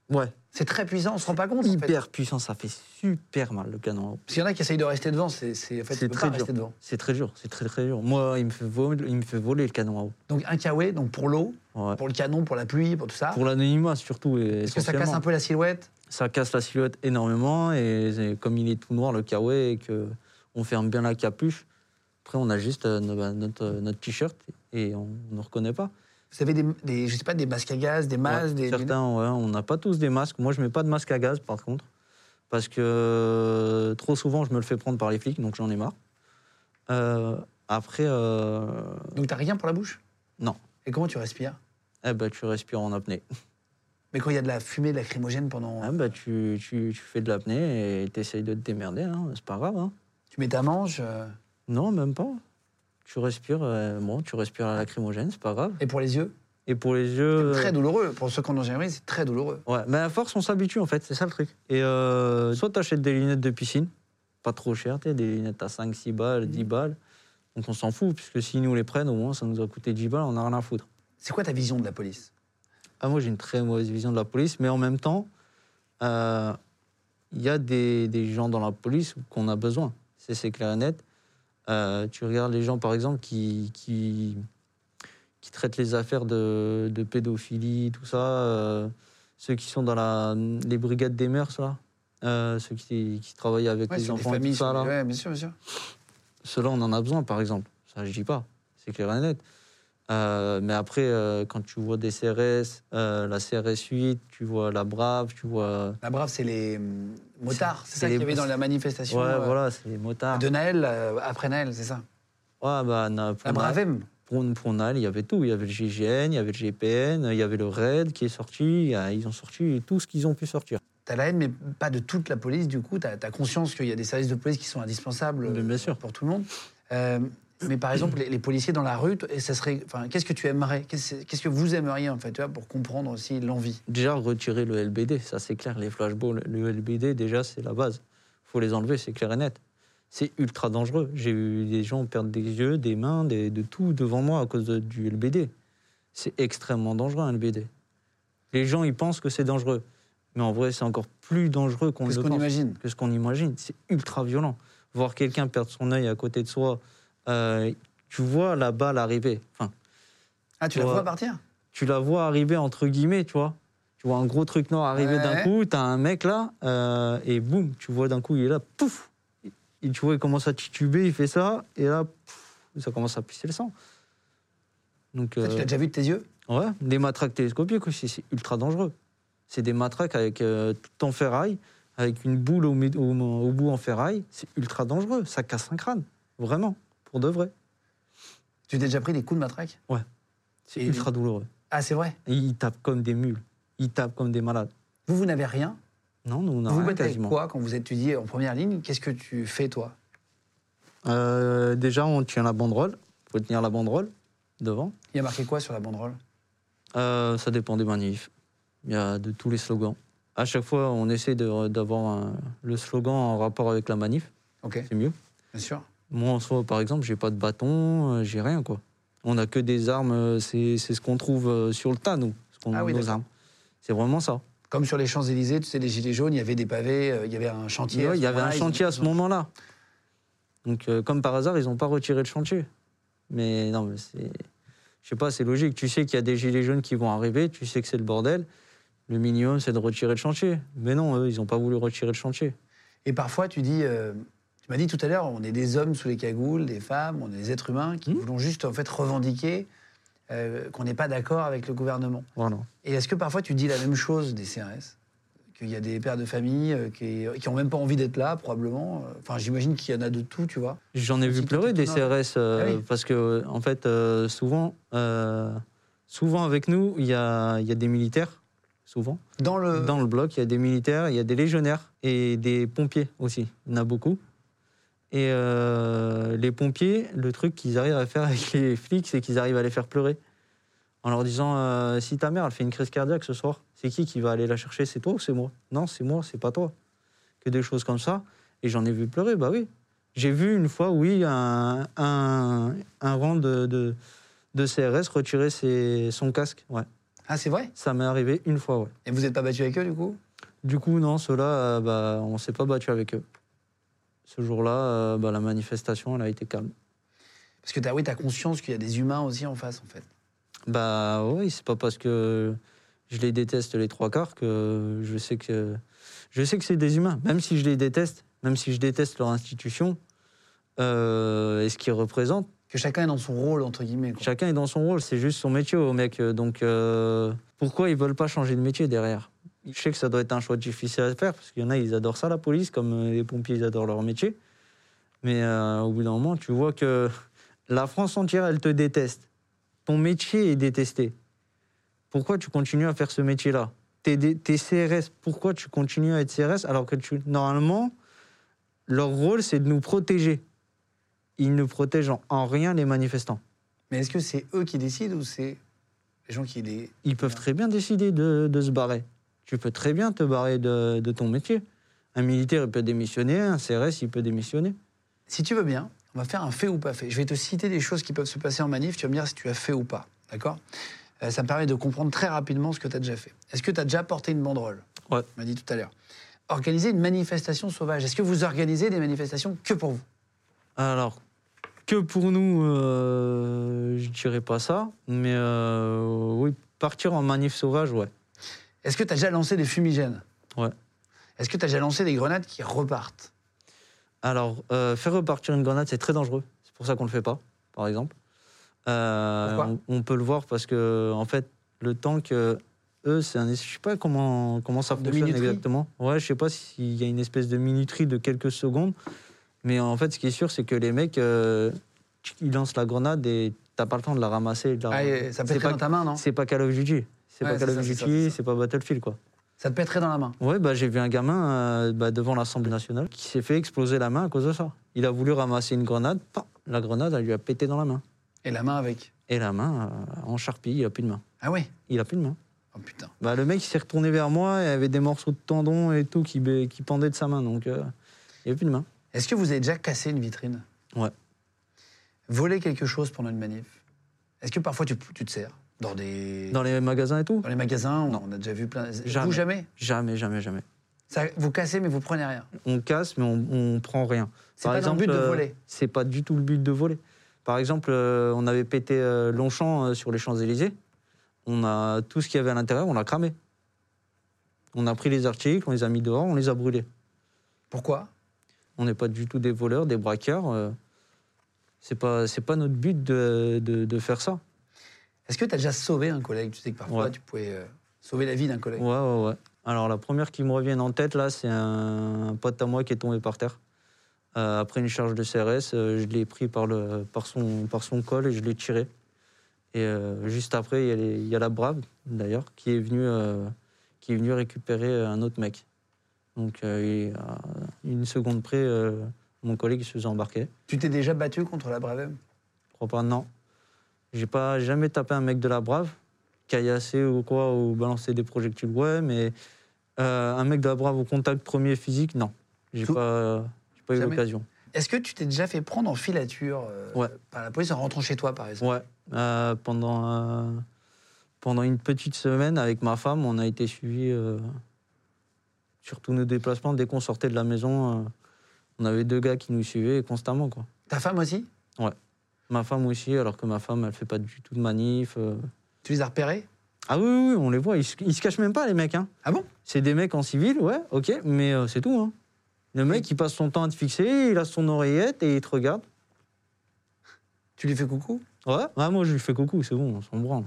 [SPEAKER 4] Ouais.
[SPEAKER 3] C'est très puissant, on se rend pas compte. en fait.
[SPEAKER 4] Hyper puissant, ça fait super mal le canon en haut.
[SPEAKER 3] Parce qu'il y en a qui essayent de rester devant, c'est c'est- en fait, tu
[SPEAKER 4] C'est
[SPEAKER 3] peux
[SPEAKER 4] très
[SPEAKER 3] pas
[SPEAKER 4] dur.
[SPEAKER 3] rester devant.
[SPEAKER 4] C'est très dur, c'est très très dur. Moi, il me fait voler, il me fait voler le canon en
[SPEAKER 3] Donc un kawé, donc pour l'eau,
[SPEAKER 4] haut. Ouais.
[SPEAKER 3] pour le canon, pour la pluie, pour tout ça.
[SPEAKER 4] Pour l'anonymat surtout. et
[SPEAKER 3] Est-ce que ça casse
[SPEAKER 4] essentiellement.
[SPEAKER 3] un peu la silhouette
[SPEAKER 4] Ça casse la silhouette énormément et, et comme il est tout noir le kawaii et que on ferme bien la capuche, après on a juste euh, no- bah, notre, euh, notre t-shirt et on ne reconnaît pas.
[SPEAKER 3] Vous avez des, des- je sais pas, des masques à gaz, des
[SPEAKER 4] Ouais,
[SPEAKER 3] masques, des...
[SPEAKER 4] certains, ouais, on n'a pas tous des masques. Moi, je mets pas de masque à gaz, par contre, parce que euh, trop souvent, je me le fais prendre par les flics, donc j'en ai marre. Euh, après, euh,
[SPEAKER 3] Donc t'as rien pour la bouche
[SPEAKER 4] Non.
[SPEAKER 3] Et comment tu respires
[SPEAKER 4] eh ben, tu respires en apnée.
[SPEAKER 3] Mais quand il y a de la fumée, de lacrymogène pendant...
[SPEAKER 4] Eh ben, tu, tu- tu fais de l'apnée et tu essayes de te démerder, hein, c'est pas grave. hein.
[SPEAKER 3] Tu mets ta manche... euh,
[SPEAKER 4] Non, même pas. Tu respires, euh, bon, tu respires à la lacrymogène, c'est pas grave.
[SPEAKER 3] Et pour les yeux
[SPEAKER 4] Et pour les yeux.
[SPEAKER 3] C'est
[SPEAKER 4] euh,
[SPEAKER 3] très douloureux. Pour ceux qui en ont jamais, c'est très douloureux.
[SPEAKER 4] Ouais, mais à force, on s'habitue en fait, c'est ça le truc. Et euh, soit t'achètes des lunettes de piscine, pas trop chères, t'es des lunettes à 5, 6 balles, 10 balles. Donc on s'en fout, puisque s'ils nous les prennent, au moins ça nous a coûté 10 balles, on a rien à foutre.
[SPEAKER 3] C'est quoi ta vision de la police
[SPEAKER 4] Ah, moi j'ai une très mauvaise vision de la police, mais en même temps, euh, il y a des, des gens dans la police qu'on a besoin, c'est c'est clair et net. Euh, tu regardes les gens par exemple qui, qui, qui traitent les affaires de, de pédophilie, tout ça, euh, ceux qui sont dans la, les brigades des mœurs, là. Euh, ceux qui, qui travaillent avec
[SPEAKER 3] Ouais,
[SPEAKER 4] les
[SPEAKER 3] sur des
[SPEAKER 4] enfants, et tout
[SPEAKER 3] familles,
[SPEAKER 4] ça,
[SPEAKER 3] sur
[SPEAKER 4] là.
[SPEAKER 3] des- ouais, bien sûr, bien sûr.
[SPEAKER 4] Ceux-là, on en a besoin, par exemple. Ça, je dis pas. C'est clair et net. Euh, mais après, euh, quand tu vois des CRS, euh, la CRS 8, tu vois la Brave, tu vois.
[SPEAKER 3] La brave, c'est les hum, motards. C'est
[SPEAKER 4] c'est
[SPEAKER 3] ça
[SPEAKER 4] les-
[SPEAKER 3] qu'il y avait dans la manifestation
[SPEAKER 4] ouais,
[SPEAKER 3] euh,
[SPEAKER 4] voilà, c'est les motards.
[SPEAKER 3] de Naël, euh, après Naël, c'est ça.
[SPEAKER 4] Ouais, bah, na- pour
[SPEAKER 3] La
[SPEAKER 4] Naël-
[SPEAKER 3] Bravem.
[SPEAKER 4] pour, pour Naël, il y avait tout. Il y avait le GIGN, il y avait le GPN, il y avait le RAID qui est sorti. il y a- Ils ont sorti tout ce qu'ils ont pu sortir.
[SPEAKER 3] T'as la haine, mais pas de toute la police, du coup. T'as as conscience qu'il y a des services de police qui sont indispensables
[SPEAKER 4] Mais bien sûr.
[SPEAKER 3] pour tout le monde. Euh, Mais par exemple, les, les policiers dans la rue, t- et ça serait, enfin, qu'est-ce que tu aimerais Qu'est-ce qu'est-ce que vous aimeriez en fait, tu vois, pour comprendre aussi l'envie
[SPEAKER 4] Déjà, retirer le LBD, ça c'est clair, les flashballs, le LBD, déjà, c'est la base. faut les enlever, c'est clair et net. C'est ultra dangereux. J'ai eu des gens perdre des yeux, des mains, des- de tout devant moi à cause de- du LBD. C'est extrêmement dangereux, un LBD. Les gens, ils pensent que c'est dangereux. Mais en vrai, c'est encore plus dangereux qu'on
[SPEAKER 3] Qu'est-ce
[SPEAKER 4] le
[SPEAKER 3] qu'on
[SPEAKER 4] pense.
[SPEAKER 3] imagine
[SPEAKER 4] que ce qu'on imagine. C'est ultra violent. Voir quelqu'un perdre son œil à côté de soi, euh, tu vois la balle arriver. Enfin,
[SPEAKER 3] Ah, tu la
[SPEAKER 4] Ouais.
[SPEAKER 3] vois partir
[SPEAKER 4] tu la vois arriver entre guillemets, tu vois. Tu vois un gros truc noir arriver
[SPEAKER 3] Ouais.
[SPEAKER 4] d'un coup, t'as un mec là, euh, et boum, tu vois d'un coup, il est là, pouf Et tu vois, il commence à tituber, il fait ça, et là, pouf, ça commence à pisser le sang. Donc,
[SPEAKER 3] Ça, Tu
[SPEAKER 4] euh,
[SPEAKER 3] l'as déjà vu de tes yeux
[SPEAKER 4] Ouais, des matraques télescopiques aussi, c'est ultra dangereux. C'est des matraques avec euh, tout en ferraille, avec une boule au, mi- au- au bout en ferraille, c'est ultra dangereux, ça casse un crâne, vraiment, pour de vrai.
[SPEAKER 3] Tu t'es déjà pris des coups de matraque
[SPEAKER 4] C'est
[SPEAKER 3] Et-
[SPEAKER 4] ultra douloureux.
[SPEAKER 3] Ah, c'est vrai
[SPEAKER 4] Et ils tapent comme des mules, ils tapent comme des malades.
[SPEAKER 3] Vous, vous n'avez rien
[SPEAKER 4] Non, nous on a
[SPEAKER 3] Vous vous
[SPEAKER 4] rien
[SPEAKER 3] battez avec
[SPEAKER 4] quasiment.
[SPEAKER 3] quoi quand vous étudiez en première ligne Qu'est-ce que tu fais, toi
[SPEAKER 4] Euh, déjà, on tient la banderole, faut tenir la banderole devant.
[SPEAKER 3] Il y a marqué quoi sur la banderole
[SPEAKER 4] Euh, ça dépend des manifs. Il y a de tous les slogans. À chaque fois, on essaie de- d'avoir un- le slogan en rapport avec la manif,
[SPEAKER 3] Ok,
[SPEAKER 4] c'est mieux.
[SPEAKER 3] bien sûr.
[SPEAKER 4] Moi, en soi, par exemple, j'ai pas de bâton, euh, j'ai rien, quoi. On n'a que des armes, euh, c'est c'est ce qu'on trouve euh, sur le tas, nous, ce qu'on
[SPEAKER 3] Ah oui,
[SPEAKER 4] nos
[SPEAKER 3] d'accord.
[SPEAKER 4] armes. C'est vraiment ça.
[SPEAKER 3] Comme sur les Champs-Élysées, tu sais, les Gilets jaunes, il y avait des pavés, euh, il y avait un chantier. à
[SPEAKER 4] Ouais,
[SPEAKER 3] ce
[SPEAKER 4] Il y avait un
[SPEAKER 3] moment-là, ils-
[SPEAKER 4] chantier à ce
[SPEAKER 3] ils ont-
[SPEAKER 4] moment-là. Donc, euh, comme par hasard, ils n'ont pas retiré le chantier. Mais non, mais c'est. Je sais pas, c'est logique. Tu sais qu'il y a des gilets jaunes qui vont arriver, tu sais que c'est le bordel. Le minimum, c'est de retirer le chantier. Mais non, eux, ils n'ont pas voulu retirer le chantier.
[SPEAKER 3] Et parfois, tu dis, euh, tu m'as dit tout à l'heure, on est des hommes sous les cagoules, des femmes, on est des êtres humains qui voulons juste en fait revendiquer euh, qu'on n'est pas d'accord avec le gouvernement.
[SPEAKER 4] Voilà.
[SPEAKER 3] Et est-ce que parfois tu dis la même chose des CRS Qu'il y a des pères de famille euh, qui, qui ont même pas envie d'être là, probablement. Euh, Enfin, j'imagine qu'il y en a de tout, tu vois.
[SPEAKER 4] J'en ai
[SPEAKER 3] Si
[SPEAKER 4] vu
[SPEAKER 3] tout
[SPEAKER 4] pleurer
[SPEAKER 3] est
[SPEAKER 4] des
[SPEAKER 3] en
[SPEAKER 4] CRS euh,
[SPEAKER 3] Ah oui.
[SPEAKER 4] parce que euh, en fait euh, souvent euh, souvent avec nous il y a, il y a des militaires souvent
[SPEAKER 3] Dans le.
[SPEAKER 4] dans le bloc il y a des militaires il y a des légionnaires et des pompiers aussi il y en a beaucoup et euh, les pompiers le truc qu'ils arrivent à faire avec les flics c'est qu'ils arrivent à les faire pleurer en leur disant euh, si ta mère elle fait une crise cardiaque ce soir c'est qui qui va aller la chercher c'est toi ou c'est moi non c'est moi c'est pas toi que des choses comme ça et j'en ai vu pleurer bah oui j'ai vu une fois, oui, un, un, un rang de, de, de CRS retirer ses- son casque. Ouais.
[SPEAKER 3] Ah, c'est vrai
[SPEAKER 4] Ça m'est arrivé une fois, ouais.
[SPEAKER 3] Et vous n'êtes pas battu avec eux, du coup
[SPEAKER 4] Du coup, non, ceux-là, euh, bah, on s'est pas battu avec eux. Ce jour-là, euh, bah, la manifestation, elle a été calme.
[SPEAKER 3] Parce que t'as, oui, t'as conscience qu'il y a des humains aussi en face, en fait.
[SPEAKER 4] Bah oui, c'est pas parce que je les déteste les trois quarts que je sais que je sais que c'est des humains. Même si je les déteste, même si je déteste leur institution euh, et ce qu'ils représentent,
[SPEAKER 3] Que chacun est dans son rôle, entre guillemets. quoi.
[SPEAKER 4] Chacun est dans son rôle, c'est juste son métier au mec. Donc euh, pourquoi ils veulent pas changer de métier derrière Je sais que ça doit être un choix difficile à faire parce qu'il y en a ils adorent ça la police comme euh, les pompiers ils adorent leur métier. Mais euh, au bout d'un moment tu vois que la France entière elle te déteste. Ton métier est détesté. Pourquoi tu continues à faire ce métier là T'es des- t'es CRS, pourquoi tu continues à être CRS alors que tu normalement leur rôle c'est de nous protéger. Ils ne protègent en- en rien les manifestants.
[SPEAKER 3] Mais est-ce que c'est eux qui décident ou c'est les gens qui les.
[SPEAKER 4] Ils peuvent très bien décider de, de se barrer. Tu peux très bien te barrer de, de ton métier. Un militaire, il peut démissionner, un CRS, il peut démissionner.
[SPEAKER 3] Si tu veux bien, on va faire un fait ou pas fait. Je vais te citer des choses qui peuvent se passer en manif, tu vas me dire si tu as fait ou pas. D'accord Euh, Ça me permet de comprendre très rapidement ce que tu as déjà fait. Est-ce que tu as déjà porté une banderole
[SPEAKER 4] Ouais.
[SPEAKER 3] Tu m'as dit tout à l'heure. Organiser une manifestation sauvage. Est-ce que vous organisez des manifestations que pour vous
[SPEAKER 4] Alors, que pour nous, euh, je dirais pas ça, mais euh, oui, partir en manif sauvage, ouais.
[SPEAKER 3] Est-ce que tu as déjà lancé des fumigènes
[SPEAKER 4] Ouais.
[SPEAKER 3] Est-ce que tu as déjà lancé des grenades qui repartent
[SPEAKER 4] Alors, euh, faire repartir une grenade, c'est très dangereux. C'est pour ça qu'on le fait pas, par exemple. Euh,
[SPEAKER 3] Pourquoi
[SPEAKER 4] on, on peut le voir parce que, en fait, le temps que eux, c'est un. es- Je sais pas comment, comment ça
[SPEAKER 3] De
[SPEAKER 4] fonctionne
[SPEAKER 3] minuterie
[SPEAKER 4] exactement. Ouais, je sais pas s'il y a une espèce de minuterie de quelques secondes. Mais en fait, ce qui est sûr, c'est que les mecs, euh, ils lancent la grenade et t'as pas le temps de la ramasser. et de la-
[SPEAKER 3] Ah, et Ça
[SPEAKER 4] c'est
[SPEAKER 3] pèterait
[SPEAKER 4] pas,
[SPEAKER 3] dans ta main, non
[SPEAKER 4] c'est pas Call of Duty. C'est
[SPEAKER 3] Ouais,
[SPEAKER 4] pas
[SPEAKER 3] c'est
[SPEAKER 4] Call of
[SPEAKER 3] ça, c'est ça,
[SPEAKER 4] Duty,
[SPEAKER 3] c'est ça.
[SPEAKER 4] c'est pas Battlefield, quoi.
[SPEAKER 3] Ça te pèterait dans la main.
[SPEAKER 4] Ouais, bah, j'ai vu un gamin euh, bah, devant l'Assemblée nationale qui s'est fait exploser la main à cause de ça. Il a voulu ramasser une grenade, pam, la grenade, elle lui a pété dans la main.
[SPEAKER 3] Et la main avec.
[SPEAKER 4] Et la main, euh, en charpie, il a plus de main.
[SPEAKER 3] Ah oui
[SPEAKER 4] Il a plus de main.
[SPEAKER 3] Oh putain.
[SPEAKER 4] Bah, le mec il s'est retourné vers moi et avait des morceaux de tendons et tout qui, ba- qui pendaient de sa main. Donc, euh, il n'y avait plus de main.
[SPEAKER 3] Est-ce que vous avez déjà cassé une vitrine
[SPEAKER 4] Ouais.
[SPEAKER 3] Volé quelque chose pendant une manif Est-ce que parfois tu, tu te sers Dans des.
[SPEAKER 4] Dans les magasins et tout
[SPEAKER 3] dans les magasins, on, on a déjà vu plein. Vous
[SPEAKER 4] Jamais.
[SPEAKER 3] jamais
[SPEAKER 4] Jamais, jamais, jamais.
[SPEAKER 3] Ça- Vous cassez, mais vous prenez rien.
[SPEAKER 4] On casse, mais on, on prend rien.
[SPEAKER 3] C'est pas dans le but de
[SPEAKER 4] euh,
[SPEAKER 3] voler.
[SPEAKER 4] C'est pas du tout le but de voler. Par exemple, euh, on avait pété euh, Longchamp euh, sur les Champs-Élysées. On a tout ce qu'il y avait à l'intérieur, on l'a cramé. On a pris les articles, on les a mis dehors, on les a brûlés.
[SPEAKER 3] Pourquoi
[SPEAKER 4] On n'est pas du tout des voleurs, des braqueurs. euh, c'est pas, c'est pas notre but de, de- de faire ça.
[SPEAKER 3] Est-ce que tu as déjà sauvé un collègue Tu sais que parfois
[SPEAKER 4] Ouais.
[SPEAKER 3] tu pouvais euh, sauver la vie d'un collègue.
[SPEAKER 4] Ouais, ouais, ouais. Alors, la première qui me revient en tête, là, c'est un, un pote à moi qui est tombé par terre. Euh, après une charge de CRS, euh, je l'ai pris par, le, par, son, par son col et je l'ai tiré. Et euh, juste après, il y a les- il y, a la brave, d'ailleurs, qui est venue, euh, qui est venue récupérer euh, un autre mec. Donc, euh, il- à une seconde près, euh, mon collègue se faisait embarquer.
[SPEAKER 3] Tu t'es déjà battu contre la brave M
[SPEAKER 4] Je crois pas, non. J'ai pas jamais tapé un mec de la brave, caillassé ou quoi, ou balancé des projectiles, ouais, mais euh, un mec de la brave au contact premier physique, non. J'ai
[SPEAKER 3] Tout-
[SPEAKER 4] pas, j'ai pas eu
[SPEAKER 3] Jamais.
[SPEAKER 4] l'occasion.
[SPEAKER 3] Est-ce que tu t'es déjà fait prendre en filature euh,
[SPEAKER 4] Ouais.
[SPEAKER 3] par la police en rentrant chez toi, par exemple
[SPEAKER 4] Ouais. Euh, pendant, euh, pendant une petite semaine, avec ma femme, on a été suivis euh, sur tous nos déplacements. Dès qu'on sortait de la maison, euh, on avait deux gars qui nous suivaient constamment, quoi.
[SPEAKER 3] Ta femme aussi
[SPEAKER 4] Ma femme aussi, alors que ma femme, elle fait pas du tout de manif. euh,
[SPEAKER 3] Tu les as repérés
[SPEAKER 4] Ah oui, oui, oui, on les voit. Ils se, ils se cachent même pas, les mecs. Hein.
[SPEAKER 3] Ah bon
[SPEAKER 4] C'est des mecs en civil, ouais, ok, mais euh, c'est tout. Hein. Le mec, il passe son temps à te fixer, il a son oreillette et il te regarde.
[SPEAKER 3] Tu lui fais coucou
[SPEAKER 4] Ouais, ouais, moi, je lui fais coucou, c'est bon, on s'en branle.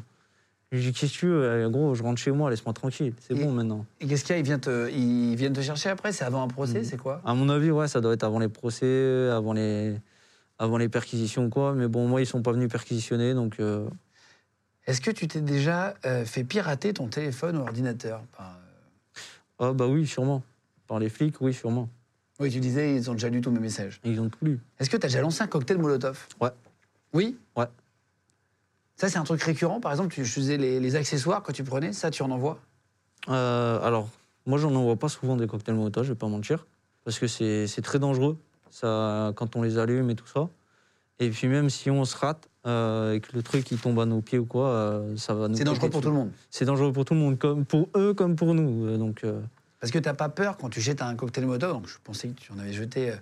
[SPEAKER 4] Je lui dis, qu'est-ce que tu veux Eh, Gros, je rentre chez moi, laisse-moi tranquille, c'est
[SPEAKER 3] Et-
[SPEAKER 4] bon maintenant.
[SPEAKER 3] Et qu'est-ce qu'il y a ils viennent, te, ils viennent te chercher après C'est avant un
[SPEAKER 4] Mhm.
[SPEAKER 3] procès C'est quoi
[SPEAKER 4] À mon avis, ouais, ça doit être avant les procès, avant les, avant les perquisitions ou quoi, mais bon, moi, ils sont pas venus perquisitionner, donc. euh,
[SPEAKER 3] Est-ce que tu t'es déjà euh, fait pirater ton téléphone ou ordinateur Par, euh,
[SPEAKER 4] Ah, bah oui, sûrement. Par les flics, oui, sûrement.
[SPEAKER 3] Oui, tu disais, ils ont déjà lu tous mes messages.
[SPEAKER 4] Ils ont tout lu.
[SPEAKER 3] Est-ce que tu as déjà lancé un cocktail Molotov
[SPEAKER 4] Ouais.
[SPEAKER 3] Oui
[SPEAKER 4] Ouais.
[SPEAKER 3] Ça, c'est un truc récurrent. Par exemple, tu je faisais les, les accessoires que tu prenais, ça, tu en envoies
[SPEAKER 4] Euh, alors, moi, j'en envoie pas souvent des cocktails Molotov, je vais pas mentir, parce que c'est c'est très dangereux ça, quand on les allume et tout ça. Et puis même si on se rate euh, et que le truc il tombe à nos pieds ou quoi, euh, ça va nous.
[SPEAKER 3] C'est dangereux
[SPEAKER 4] péter
[SPEAKER 3] pour
[SPEAKER 4] dessus.
[SPEAKER 3] tout le monde.
[SPEAKER 4] C'est dangereux pour tout le monde, comme pour eux comme pour nous. euh, donc euh,
[SPEAKER 3] Parce que t'as pas peur quand tu jettes un cocktail Molotov, donc je pensais que tu en avais jeté euh,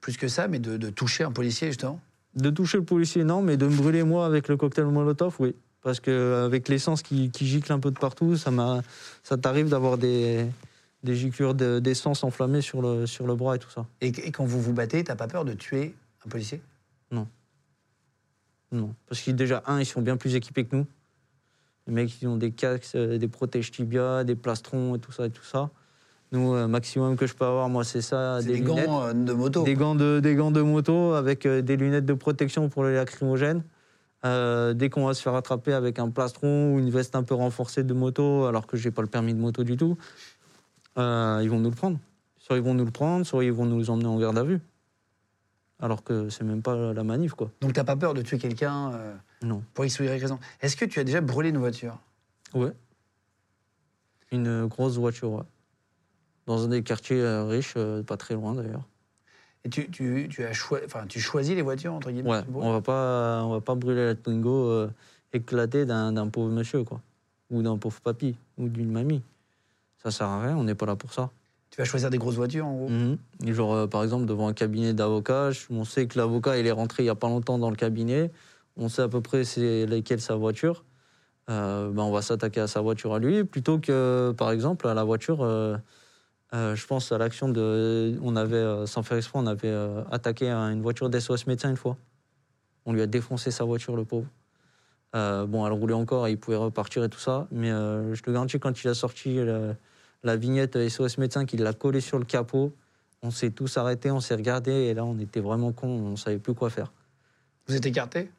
[SPEAKER 3] plus que ça, mais de, de toucher un policier, justement.
[SPEAKER 4] de toucher le policier non, mais de me brûler moi avec le cocktail Molotov, oui. Parce que euh, avec l'essence qui, qui gicle un peu de partout, ça m'a, ça t'arrive d'avoir des des giclures de- d'essence enflammée sur le sur le bras et tout ça.
[SPEAKER 3] Et, et quand vous vous battez, t'as pas peur de tuer un policier
[SPEAKER 4] Non. Parce que déjà, un, ils sont bien plus équipés que nous. Les mecs, ils ont des casques, euh, des protèges tibia, des plastrons et tout ça et tout ça. Nous, euh, maximum que je peux avoir, moi, c'est ça,
[SPEAKER 3] C'est
[SPEAKER 4] Ah, des,
[SPEAKER 3] des,
[SPEAKER 4] lunettes,
[SPEAKER 3] gants euh, de moto.
[SPEAKER 4] des gants de, des gants de moto avec euh, des lunettes de protection pour les lacrymogènes. Euh, dès qu'on va se faire attraper avec un plastron ou une veste un peu renforcée de moto, alors que j'ai pas le permis de moto du tout, euh, ils vont nous le prendre. Soit ils vont nous le prendre, soit ils vont nous emmener en garde à vue. Alors que c'est même pas la manif, quoi.
[SPEAKER 3] Donc t'as pas peur de tuer quelqu'un euh,
[SPEAKER 4] Non.
[SPEAKER 3] pour X ou Y raison. Est-ce que tu as déjà brûlé une voiture
[SPEAKER 4] Ouais. Une euh, grosse voiture, ouais. Dans un des quartiers euh, riches, euh, pas très loin d'ailleurs.
[SPEAKER 3] Et tu, tu, tu as choi- enfin, tu choisis les voitures, entre guillemets
[SPEAKER 4] Ouais,
[SPEAKER 3] tu brûles
[SPEAKER 4] on va pas, on va pas brûler la Twingo euh, éclatée d'un d'un pauvre monsieur, quoi. Ou d'un pauvre papy, ou d'une mamie. Ça sert à rien, on n'est pas là pour ça.
[SPEAKER 3] Tu vas choisir des grosses voitures, en gros
[SPEAKER 4] Mhm. Et Genre, euh, par exemple, devant un cabinet d'avocats, je- on sait que l'avocat, il est rentré il n'y a pas longtemps dans le cabinet. On sait à peu près c'est laquelle sa voiture. Euh, ben, on va s'attaquer à sa voiture à lui, plutôt que, par exemple, à la voiture. euh, euh, je pense à l'action de. On avait, euh, sans faire exprès, on avait euh, attaqué à une voiture d'SOS médecin une fois. On lui a défoncé sa voiture, le pauvre. Euh, bon, elle roulait encore, il pouvait repartir et tout ça. Mais euh, je te garantis, quand il a sorti le- la vignette SOS médecin, qu'il l'a collée sur le capot, on s'est tous arrêtés, on s'est regardés, et là, on était vraiment cons, on savait plus quoi faire.
[SPEAKER 3] Vous êtes écarté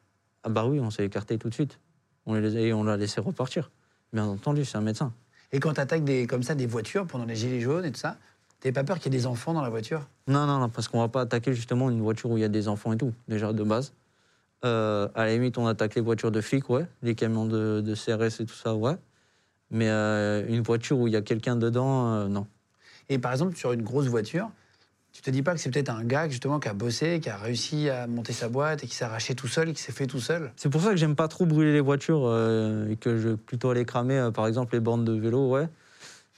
[SPEAKER 4] Ah bah oui, on s'est écarté tout de suite. On les, et on l'a laissé repartir. Bien entendu, c'est un médecin.
[SPEAKER 3] Et quand t'attaques des, comme ça des voitures pendant les gilets jaunes et tout ça, t'as pas peur qu'il y ait des enfants dans la voiture
[SPEAKER 4] Non, non, non, parce qu'on va pas attaquer justement une voiture où il y a des enfants et tout, déjà de base. Euh, à la limite, on attaque les voitures de flics, ouais. Les camions de, de CRS et tout ça, ouais. Mais euh, une voiture où il y a quelqu'un dedans, euh, non.
[SPEAKER 3] Et par exemple, sur une grosse voiture, tu te dis pas que c'est peut-être un gars justement qui a bossé, qui a réussi à monter sa boîte et qui s'est arraché tout seul et qui s'est fait tout seul
[SPEAKER 4] C'est pour ça que j'aime pas trop brûler les voitures euh, et que je vais plutôt aller cramer, euh, par exemple, les bandes de vélo, ouais.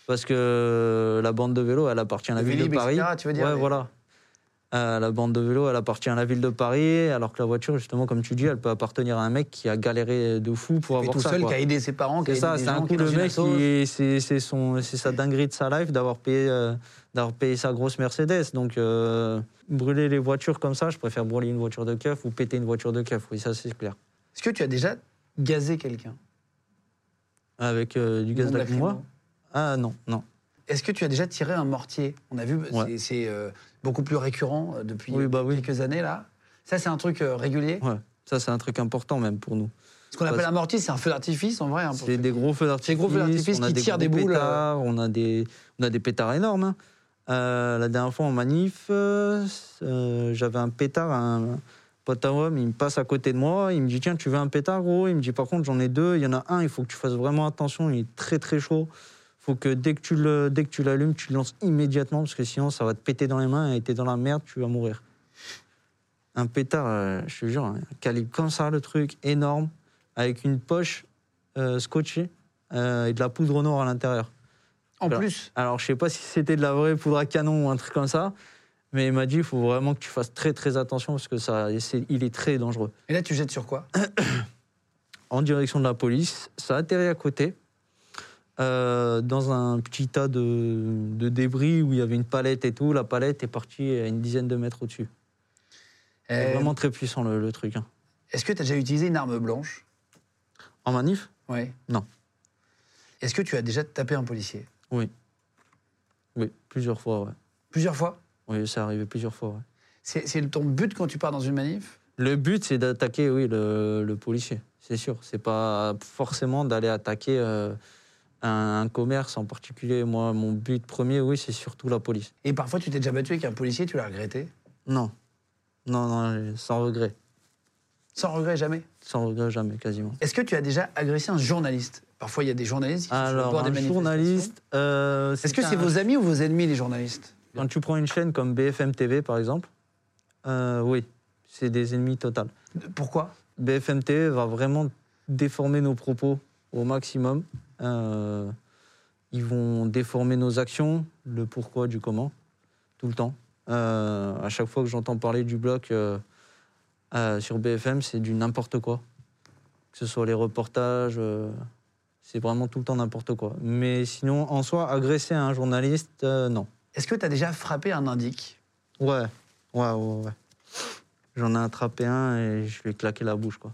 [SPEAKER 4] Parce que la bande de vélo, elle appartient à la
[SPEAKER 3] Le
[SPEAKER 4] ville de
[SPEAKER 3] Vélib',
[SPEAKER 4] Paris.
[SPEAKER 3] etc., tu veux dire,
[SPEAKER 4] Ouais,
[SPEAKER 3] mais-
[SPEAKER 4] voilà. Euh, la bande de vélo, elle appartient à la ville de Paris, alors que la voiture, justement, comme tu dis, elle peut appartenir à un mec qui a galéré de fou pour
[SPEAKER 3] Et
[SPEAKER 4] avoir
[SPEAKER 3] tout
[SPEAKER 4] ça.
[SPEAKER 3] seul,
[SPEAKER 4] quoi.
[SPEAKER 3] qui a aidé ses parents, qui a aidé
[SPEAKER 4] C'est ça,
[SPEAKER 3] des
[SPEAKER 4] c'est un
[SPEAKER 3] gens,
[SPEAKER 4] coup
[SPEAKER 3] qui est
[SPEAKER 4] le
[SPEAKER 3] dans une
[SPEAKER 4] mec,
[SPEAKER 3] assaut.
[SPEAKER 4] il- c'est c'est son- c'est sa dinguerie de sa life d'avoir payé, euh, d'avoir payé sa grosse Mercedes. Donc, euh, brûler les voitures comme ça, je préfère brûler une voiture de keuf ou péter une voiture de keuf, oui, ça c'est clair.
[SPEAKER 3] Est-ce que tu as déjà gazé quelqu'un
[SPEAKER 4] Avec euh, du gaz
[SPEAKER 3] Bombe
[SPEAKER 4] lacrymo
[SPEAKER 3] lacrymo.
[SPEAKER 4] Ah non, non.
[SPEAKER 3] Est-ce que tu as déjà tiré un mortier On a vu, c'est- c'est euh, beaucoup plus récurrent euh, depuis
[SPEAKER 4] Oui, bah oui.
[SPEAKER 3] quelques années là. Ça, c'est un truc euh, régulier.
[SPEAKER 4] Ouais. Ça, c'est un truc important même pour nous.
[SPEAKER 3] Ce qu'on appelle
[SPEAKER 4] Parce-
[SPEAKER 3] un mortier, c'est un feu d'artifice en vrai. hein, pour
[SPEAKER 4] C'est
[SPEAKER 3] ceux
[SPEAKER 4] des
[SPEAKER 3] qui-
[SPEAKER 4] gros feux d'artifice.
[SPEAKER 3] Des gros feux d'artifice
[SPEAKER 4] on a
[SPEAKER 3] qui tirent des
[SPEAKER 4] gros
[SPEAKER 3] boules, euh.
[SPEAKER 4] Pétards, on, a des, on a des pétards énormes. hein. Euh, la dernière fois en manif, euh, euh, j'avais un pétard, un pote à homme, il me passe à côté de moi, il me dit Tiens, tu veux un pétard, gros Il me dit Par contre, j'en ai deux, il y en a un, il faut que tu fasses vraiment attention, il est très très chaud. Faut que dès que tu le- dès que tu l'allumes, tu le lances immédiatement parce que sinon ça va te péter dans les mains et t'es dans la merde, tu vas mourir. Un pétard, euh, je te jure, un calibre comme ça, le truc énorme, avec une poche euh, scotché euh, et de la poudre noire à l'intérieur.
[SPEAKER 3] En
[SPEAKER 4] Voilà.
[SPEAKER 3] plus,
[SPEAKER 4] Alors, je sais pas si c'était de la vraie poudre à canon ou un truc comme ça, mais il m'a dit il faut vraiment que tu fasses très très attention parce que ça, c'est- il est très dangereux.
[SPEAKER 3] et là, tu jettes sur quoi
[SPEAKER 4] En direction de la police, ça atterrit à côté, euh, dans un petit tas de, de débris où il y avait une palette et tout. La palette est partie à une dizaine de mètres au-dessus. C'est
[SPEAKER 3] Euh,
[SPEAKER 4] Vraiment très puissant le, le truc. hein.
[SPEAKER 3] Est-ce que tu as déjà utilisé une arme blanche
[SPEAKER 4] En manif
[SPEAKER 3] Oui.
[SPEAKER 4] Non.
[SPEAKER 3] Est-ce que tu as déjà tapé un policier
[SPEAKER 4] Oui, plusieurs fois, ouais.
[SPEAKER 3] Plusieurs fois
[SPEAKER 4] Oui, ça arrivé plusieurs fois, ouais.
[SPEAKER 3] C'est c'est ton but quand tu pars dans une manif
[SPEAKER 4] Le but, c'est d'attaquer, oui, le, le policier, c'est sûr. C'est pas forcément d'aller attaquer euh, un, un commerce en particulier. Moi, mon but premier, oui, c'est surtout la police.
[SPEAKER 3] Et parfois, tu t'es déjà battu avec un policier, tu l'as regretté
[SPEAKER 4] Non, non, non, sans regret,
[SPEAKER 3] Sans regret, jamais.
[SPEAKER 4] sans regret jamais, quasiment.
[SPEAKER 3] Est-ce que tu as déjà agressé un journaliste Parfois, il y a des journalistes qui sont sur le
[SPEAKER 4] Alors,
[SPEAKER 3] bord des
[SPEAKER 4] un
[SPEAKER 3] manifestations.
[SPEAKER 4] journaliste. euh,
[SPEAKER 3] Est-ce que
[SPEAKER 4] c'était
[SPEAKER 3] c'est
[SPEAKER 4] un-
[SPEAKER 3] vos amis ou vos ennemis, les journalistes
[SPEAKER 4] Quand tu prends une chaîne comme BFM TV, par exemple, euh, oui, c'est des ennemis totaux.
[SPEAKER 3] Pourquoi
[SPEAKER 4] BFM TV va vraiment déformer nos propos au maximum. Euh, ils vont déformer nos actions, le pourquoi du comment, tout le temps. Euh, à chaque fois que j'entends parler du bloc euh, euh, sur BFM, c'est du n'importe quoi. Que ce soit les reportages, euh, c'est vraiment tout le temps n'importe quoi. Mais sinon, en soi, agresser un journaliste, euh, non.
[SPEAKER 3] Est-ce que tu as déjà frappé un indique
[SPEAKER 4] Ouais, ouais, ouais, ouais. J'en ai attrapé un et je lui ai claqué la bouche, quoi.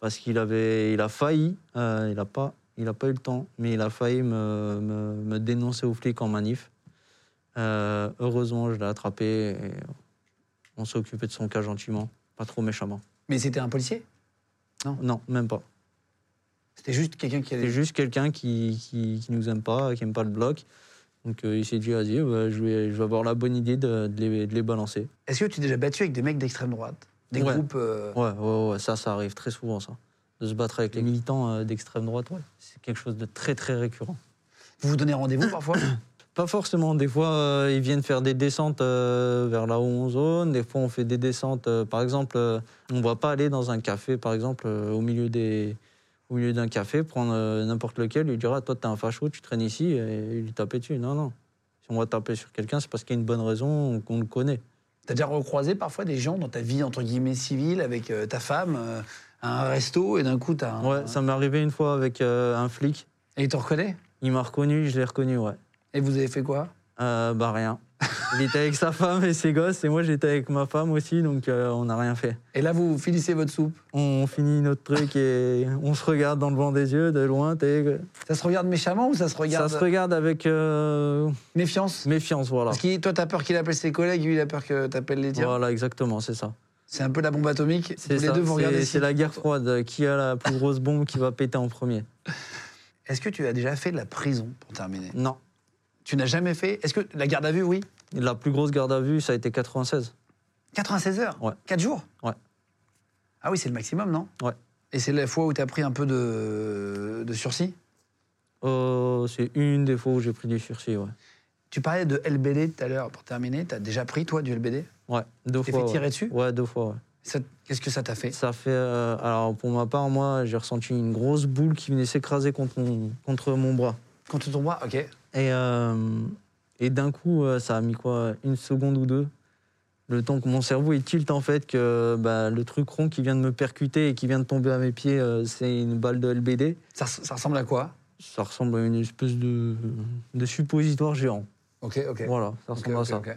[SPEAKER 4] Parce qu'il avait, il a failli, euh, il a pas, il a pas eu le temps, mais il a failli me, me- me dénoncer aux flics en manif. Euh, heureusement, je l'ai attrapé. Et on s'est occupé de son cas gentiment, pas trop méchamment.
[SPEAKER 3] Mais c'était un policier
[SPEAKER 4] Non, même pas.
[SPEAKER 3] C'était juste quelqu'un qui
[SPEAKER 4] C'est
[SPEAKER 3] allait.
[SPEAKER 4] juste quelqu'un qui, qui, qui nous aime pas, qui aime pas le bloc. Donc euh, il s'est dit, vas-y, bah, je, vais, je vais avoir la bonne idée de, de les- de les balancer.
[SPEAKER 3] Est-ce que tu t'es déjà battu avec des mecs d'extrême droite Des
[SPEAKER 4] Ouais.
[SPEAKER 3] groupes. euh,
[SPEAKER 4] Ouais, ouais, ouais, ça, ça arrive très souvent, ça. De se battre avec les militants euh, d'extrême droite, ouais. C'est quelque chose de très, très récurrent.
[SPEAKER 3] Vous vous donnez rendez-vous parfois
[SPEAKER 4] Pas forcément. Des fois, euh, ils viennent faire des descentes euh, vers la haut zone. Des fois, on fait des descentes. euh, par exemple, euh, on ne va pas aller dans un café, par exemple, euh, au milieu des au milieu d'un café, prendre euh, n'importe lequel, lui dire ah, Toi, t'es un facho, tu traînes ici, et lui taper dessus. Non, non. Si on va taper sur quelqu'un, c'est parce qu'il y a une bonne raison, qu'on le connaît.
[SPEAKER 3] T'as déjà recroisé parfois des gens dans ta vie, entre guillemets, civile, avec euh, ta femme, euh, à un resto, et d'un coup, t'as un.
[SPEAKER 4] Ouais, ça m'est arrivé une fois avec euh, un flic.
[SPEAKER 3] Et il te reconnaît
[SPEAKER 4] Il m'a reconnu, je l'ai reconnu, ouais.
[SPEAKER 3] Et vous avez fait quoi
[SPEAKER 4] Euh, bah rien. Il était avec sa femme et ses gosses et moi j'étais avec ma femme aussi donc euh, on n'a rien fait.
[SPEAKER 3] Et là, vous finissez votre soupe.
[SPEAKER 4] On finit notre truc et on se regarde dans le blanc des yeux de loin. t'es-
[SPEAKER 3] Ça se regarde méchamment ou ça se regarde
[SPEAKER 4] Ça se regarde avec euh,
[SPEAKER 3] méfiance
[SPEAKER 4] méfiance voilà.
[SPEAKER 3] Parce que toi, t'as peur qu'il appelle ses collègues, lui, il a peur que t'appelles les tiens.
[SPEAKER 4] Voilà exactement c'est ça.
[SPEAKER 3] C'est un peu la bombe atomique. Tous
[SPEAKER 4] C'est
[SPEAKER 3] les
[SPEAKER 4] ça.
[SPEAKER 3] deux, vous regardez.
[SPEAKER 4] C'est
[SPEAKER 3] si-
[SPEAKER 4] c'est la guerre froide. Qui a la plus grosse bombe qui va péter en premier
[SPEAKER 3] Est-ce que tu as déjà fait de la prison pour terminer
[SPEAKER 4] Non.
[SPEAKER 3] Tu n'as jamais fait. Est-ce que la garde à vue, oui
[SPEAKER 4] La plus grosse garde à vue ça a été 96.
[SPEAKER 3] 96 heures
[SPEAKER 4] Ouais.
[SPEAKER 3] 4 jours
[SPEAKER 4] Ouais.
[SPEAKER 3] Ah oui, c'est le maximum, non
[SPEAKER 4] Ouais.
[SPEAKER 3] Et c'est la fois où tu as pris un peu de, de sursis
[SPEAKER 4] Euh, c'est une des fois où j'ai pris du sursis, ouais.
[SPEAKER 3] Tu parlais de LBD tout à l'heure, pour terminer. Tu as déjà pris, toi, du LBD
[SPEAKER 4] Ouais, deux
[SPEAKER 3] T'es
[SPEAKER 4] fois.
[SPEAKER 3] fait
[SPEAKER 4] ouais.
[SPEAKER 3] tirer dessus
[SPEAKER 4] Ouais, deux fois, ouais.
[SPEAKER 3] Ça- Qu'est-ce que ça t'a fait
[SPEAKER 4] Ça fait. euh, alors, pour ma part, moi, j'ai ressenti une grosse boule qui venait s'écraser contre mon, contre mon bras.
[SPEAKER 3] Quand tu tombes, ok.
[SPEAKER 4] Et, euh, et d'un coup, euh, ça a mis quoi Une seconde ou deux Le temps que mon cerveau il tilte en fait que bah, le truc rond qui vient de me percuter et qui vient de tomber à mes pieds, euh, c'est une balle de LBD.
[SPEAKER 3] Ça, res- ça ressemble à quoi
[SPEAKER 4] Ça ressemble à une espèce de, de suppositoire géant.
[SPEAKER 3] Ok, ok.
[SPEAKER 4] Voilà, ça
[SPEAKER 3] Ok,
[SPEAKER 4] ressemble
[SPEAKER 3] ok,
[SPEAKER 4] à ça.
[SPEAKER 3] ok.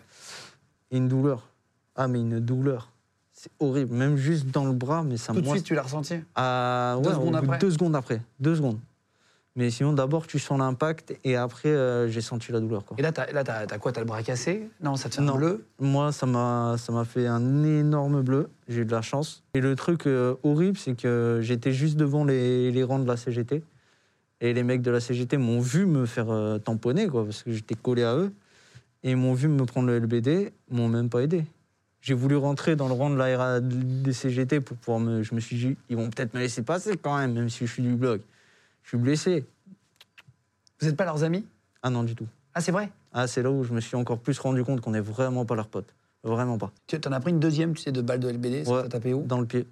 [SPEAKER 4] Et une douleur. Ah, mais une douleur. C'est horrible, même juste dans le bras, mais ça
[SPEAKER 3] Tout de
[SPEAKER 4] moi,
[SPEAKER 3] suite, tu l'as ressenti
[SPEAKER 4] Ah,
[SPEAKER 3] Deux
[SPEAKER 4] ouais, au
[SPEAKER 3] secondes
[SPEAKER 4] bout de
[SPEAKER 3] après.
[SPEAKER 4] deux secondes après. Deux secondes. Mais sinon, d'abord, tu sens l'impact et après, euh, j'ai senti la douleur. Quoi.
[SPEAKER 3] Et là, t'as là, t'as- t'as quoi T'as le bras cassé Non, ça te fait un
[SPEAKER 4] Non.
[SPEAKER 3] bleu
[SPEAKER 4] Moi, ça m'a ça m'a fait un énorme bleu. J'ai eu de la chance. Et le truc euh, horrible, c'est que j'étais juste devant les, les rangs de la CGT. Et les mecs de la CGT m'ont vu me faire euh, tamponner, quoi, parce que j'étais collé à eux. Et ils m'ont vu me prendre le LBD, ils m'ont même pas aidé. J'ai voulu rentrer dans le rang de la RA des CGT pour pouvoir me. Je me suis dit, ils vont peut-être me laisser passer quand même, même si je suis du bloc. Je suis blessé.
[SPEAKER 3] Vous n'êtes pas leurs amis
[SPEAKER 4] Ah non, du tout.
[SPEAKER 3] Ah, c'est vrai
[SPEAKER 4] Ah, c'est là où je me suis encore plus rendu compte qu'on n'est vraiment pas leurs potes. Vraiment pas.
[SPEAKER 3] Tu en as pris une deuxième, tu sais, de balle de LBD, ça
[SPEAKER 4] Ouais.
[SPEAKER 3] t'a tapé où
[SPEAKER 4] Dans le pied.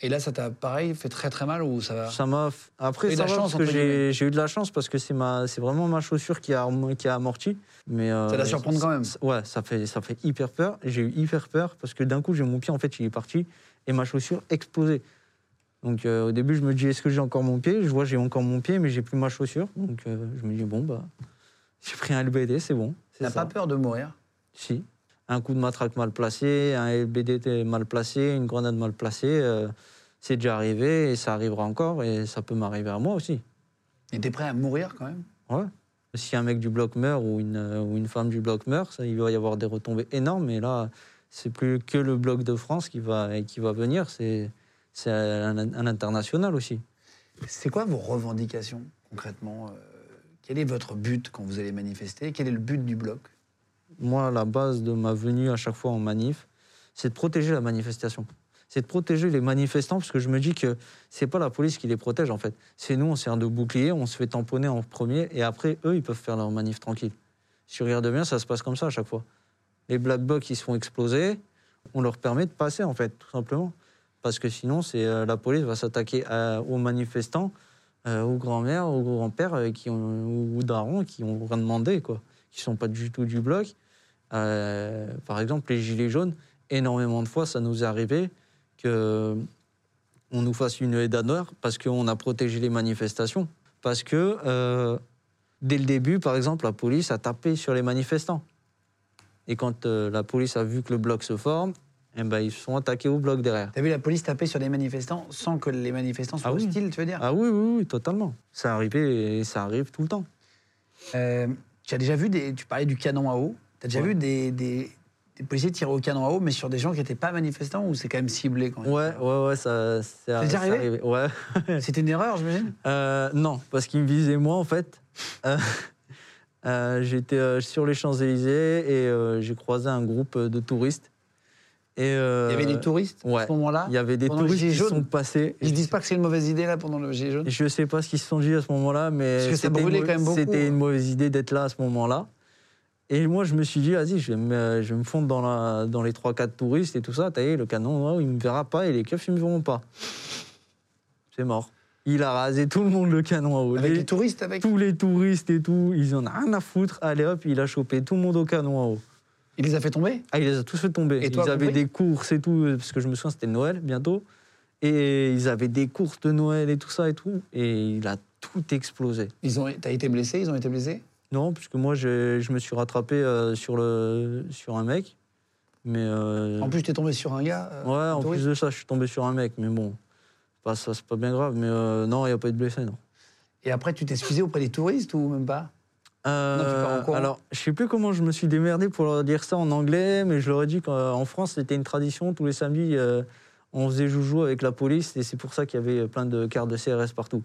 [SPEAKER 3] Et là, ça t'a, pareil, fait très très mal ou ça va
[SPEAKER 4] Ça m'a. f- Après,
[SPEAKER 3] Et de
[SPEAKER 4] ça
[SPEAKER 3] la
[SPEAKER 4] va,
[SPEAKER 3] chance,
[SPEAKER 4] parce que
[SPEAKER 3] entre
[SPEAKER 4] j'ai
[SPEAKER 3] guillemets.
[SPEAKER 4] j'ai eu de la chance parce que c'est ma, c'est vraiment ma chaussure qui a, arm- qui a amorti. Mais euh,
[SPEAKER 3] Ça doit surprendre quand même.
[SPEAKER 4] c- Ouais, ça fait, ça fait hyper peur. J'ai eu hyper peur parce que d'un coup, j'ai mon pied en fait, il est parti et ma chaussure explosée. Donc euh, au début, je me dis est-ce que j'ai encore mon pied Je vois j'ai encore mon pied, mais j'ai plus ma chaussure. Donc euh, je me dis bon bah, j'ai pris un LBD, c'est bon.
[SPEAKER 3] Tu
[SPEAKER 4] c'est
[SPEAKER 3] n'as
[SPEAKER 4] ça.
[SPEAKER 3] pas peur de mourir
[SPEAKER 4] Si. Un coup de matraque mal placé, un LBD mal placé, une grenade mal placée, euh, c'est déjà arrivé et ça arrivera encore et ça peut m'arriver à moi aussi.
[SPEAKER 3] Et t'es prêt à mourir quand même
[SPEAKER 4] Ouais. Si un mec du bloc meurt ou une, euh, ou une femme du bloc meurt, ça, il va y avoir des retombées énormes. Et là, c'est plus que le bloc de France qui va, qui va venir, c'est c'est un, un international aussi.
[SPEAKER 3] C'est quoi vos revendications concrètement euh, Quel est votre but quand vous allez manifester Quel est le but du bloc
[SPEAKER 4] moi, la base de ma venue à chaque fois en manif, c'est de protéger la manifestation. C'est de protéger les manifestants, parce que je me dis que c'est pas la police qui les protège, en fait. C'est nous, on sert de bouclier, on se fait tamponner en premier, et après, eux, ils peuvent faire leur manif tranquille. Si on regarde bien, ça se passe comme ça à chaque fois. Les black blocs, ils se font exploser, on leur permet de passer, en fait, tout simplement. Parce que sinon, c'est euh, la police va s'attaquer à- aux manifestants, euh, aux grands-mères, aux grands-pères, euh, qui ont- ou darons, qui ont rien demandé, quoi. Qui sont pas du tout du bloc. Euh, par exemple, les gilets jaunes, énormément de fois, ça nous est arrivé que on nous fasse une aide d'honneur parce qu'on a protégé les manifestations. Parce que euh, dès le début, par exemple, la police a tapé sur les manifestants. Et quand euh, la police a vu que le bloc se forme, eh ben, ils se sont attaqués au bloc derrière.
[SPEAKER 3] T'as vu la police taper sur les manifestants sans que les manifestants soient
[SPEAKER 4] Ah oui.
[SPEAKER 3] hostiles, tu veux dire
[SPEAKER 4] Ah oui, oui, oui, totalement. Ça arrivé et ça arrive tout le temps.
[SPEAKER 3] Euh, Tu as déjà vu des. Tu parlais du canon à eau. Tu as déjà
[SPEAKER 4] Ouais.
[SPEAKER 3] vu des, des- des policiers tirer au canon à eau, mais sur des gens qui n'étaient pas manifestants ou c'est quand même ciblé quand même
[SPEAKER 4] Ouais, ouais, ouais, ça, c'est
[SPEAKER 3] déjà
[SPEAKER 4] c'est
[SPEAKER 3] arrivé
[SPEAKER 4] Ouais.
[SPEAKER 3] C'était une erreur, j'imagine
[SPEAKER 4] Euh, non, parce qu'ils me visaient moi en fait. Euh, euh, J'étais euh, sur les Champs-Élysées et euh, j'ai croisé un groupe euh, de touristes. Et, euh,
[SPEAKER 3] Il y avait des touristes à
[SPEAKER 4] ouais.
[SPEAKER 3] ce moment-là.
[SPEAKER 4] Il y avait des
[SPEAKER 3] pendant le
[SPEAKER 4] touristes
[SPEAKER 3] gilet
[SPEAKER 4] qui
[SPEAKER 3] jaune.
[SPEAKER 4] sont passés.
[SPEAKER 3] Ils se disent pas que c'est une mauvaise idée là pendant le gilet jaune.
[SPEAKER 4] Je sais pas ce qu'ils se sont dit à ce moment-là, mais
[SPEAKER 3] Parce que ça
[SPEAKER 4] c'était
[SPEAKER 3] brûlait
[SPEAKER 4] une mau-
[SPEAKER 3] quand même beaucoup,
[SPEAKER 4] C'était
[SPEAKER 3] hein.
[SPEAKER 4] une mauvaise idée d'être là à ce moment-là. Et moi, je me suis dit, vas-y, je, vais me- euh, je vais me fondre dans, la- dans les 3-4 touristes et tout ça. T'as vu, le canon, ouais, il me verra pas et les keufs, ils me verront pas. C'est mort. Il a rasé tout le monde, le canon à eau.
[SPEAKER 3] Avec
[SPEAKER 4] Les-
[SPEAKER 3] les touristes, avec.
[SPEAKER 4] tous les touristes et tout, ils en ont rien à foutre. Allez hop, il a chopé tout le monde au canon en haut.
[SPEAKER 3] Il les a fait tomber
[SPEAKER 4] Ah, il les a tous fait tomber.
[SPEAKER 3] Et toi,
[SPEAKER 4] ils avaient
[SPEAKER 3] compris
[SPEAKER 4] des courses et tout, parce que je me souviens, c'était Noël bientôt. Et ils avaient des courses de Noël et tout ça et tout. Et il a tout explosé.
[SPEAKER 3] Ils ont. T'as été blessé Ils ont été blessés
[SPEAKER 4] Non, puisque moi, je, je me suis rattrapé euh, sur, le, sur un mec. Mais. euh,
[SPEAKER 3] En plus, t'es tombé sur un gars. euh,
[SPEAKER 4] ouais,
[SPEAKER 3] un
[SPEAKER 4] en
[SPEAKER 3] touriste.
[SPEAKER 4] plus de ça, je suis tombé sur un mec. Mais bon, c'est pas, ça, c'est pas bien grave. Mais euh, non, il n'y a pas eu de blessé, non.
[SPEAKER 3] Et après, tu t'es excusé auprès des touristes ou même pas
[SPEAKER 4] Euh,
[SPEAKER 3] Non, tu pars en courant.
[SPEAKER 4] alors, je sais plus comment je me suis démerdé pour leur dire ça en anglais, mais je leur ai dit qu'en France, c'était une tradition. Tous les samedis, euh, on faisait joujou avec la police, et c'est pour ça qu'il y avait plein de cartes de CRS partout.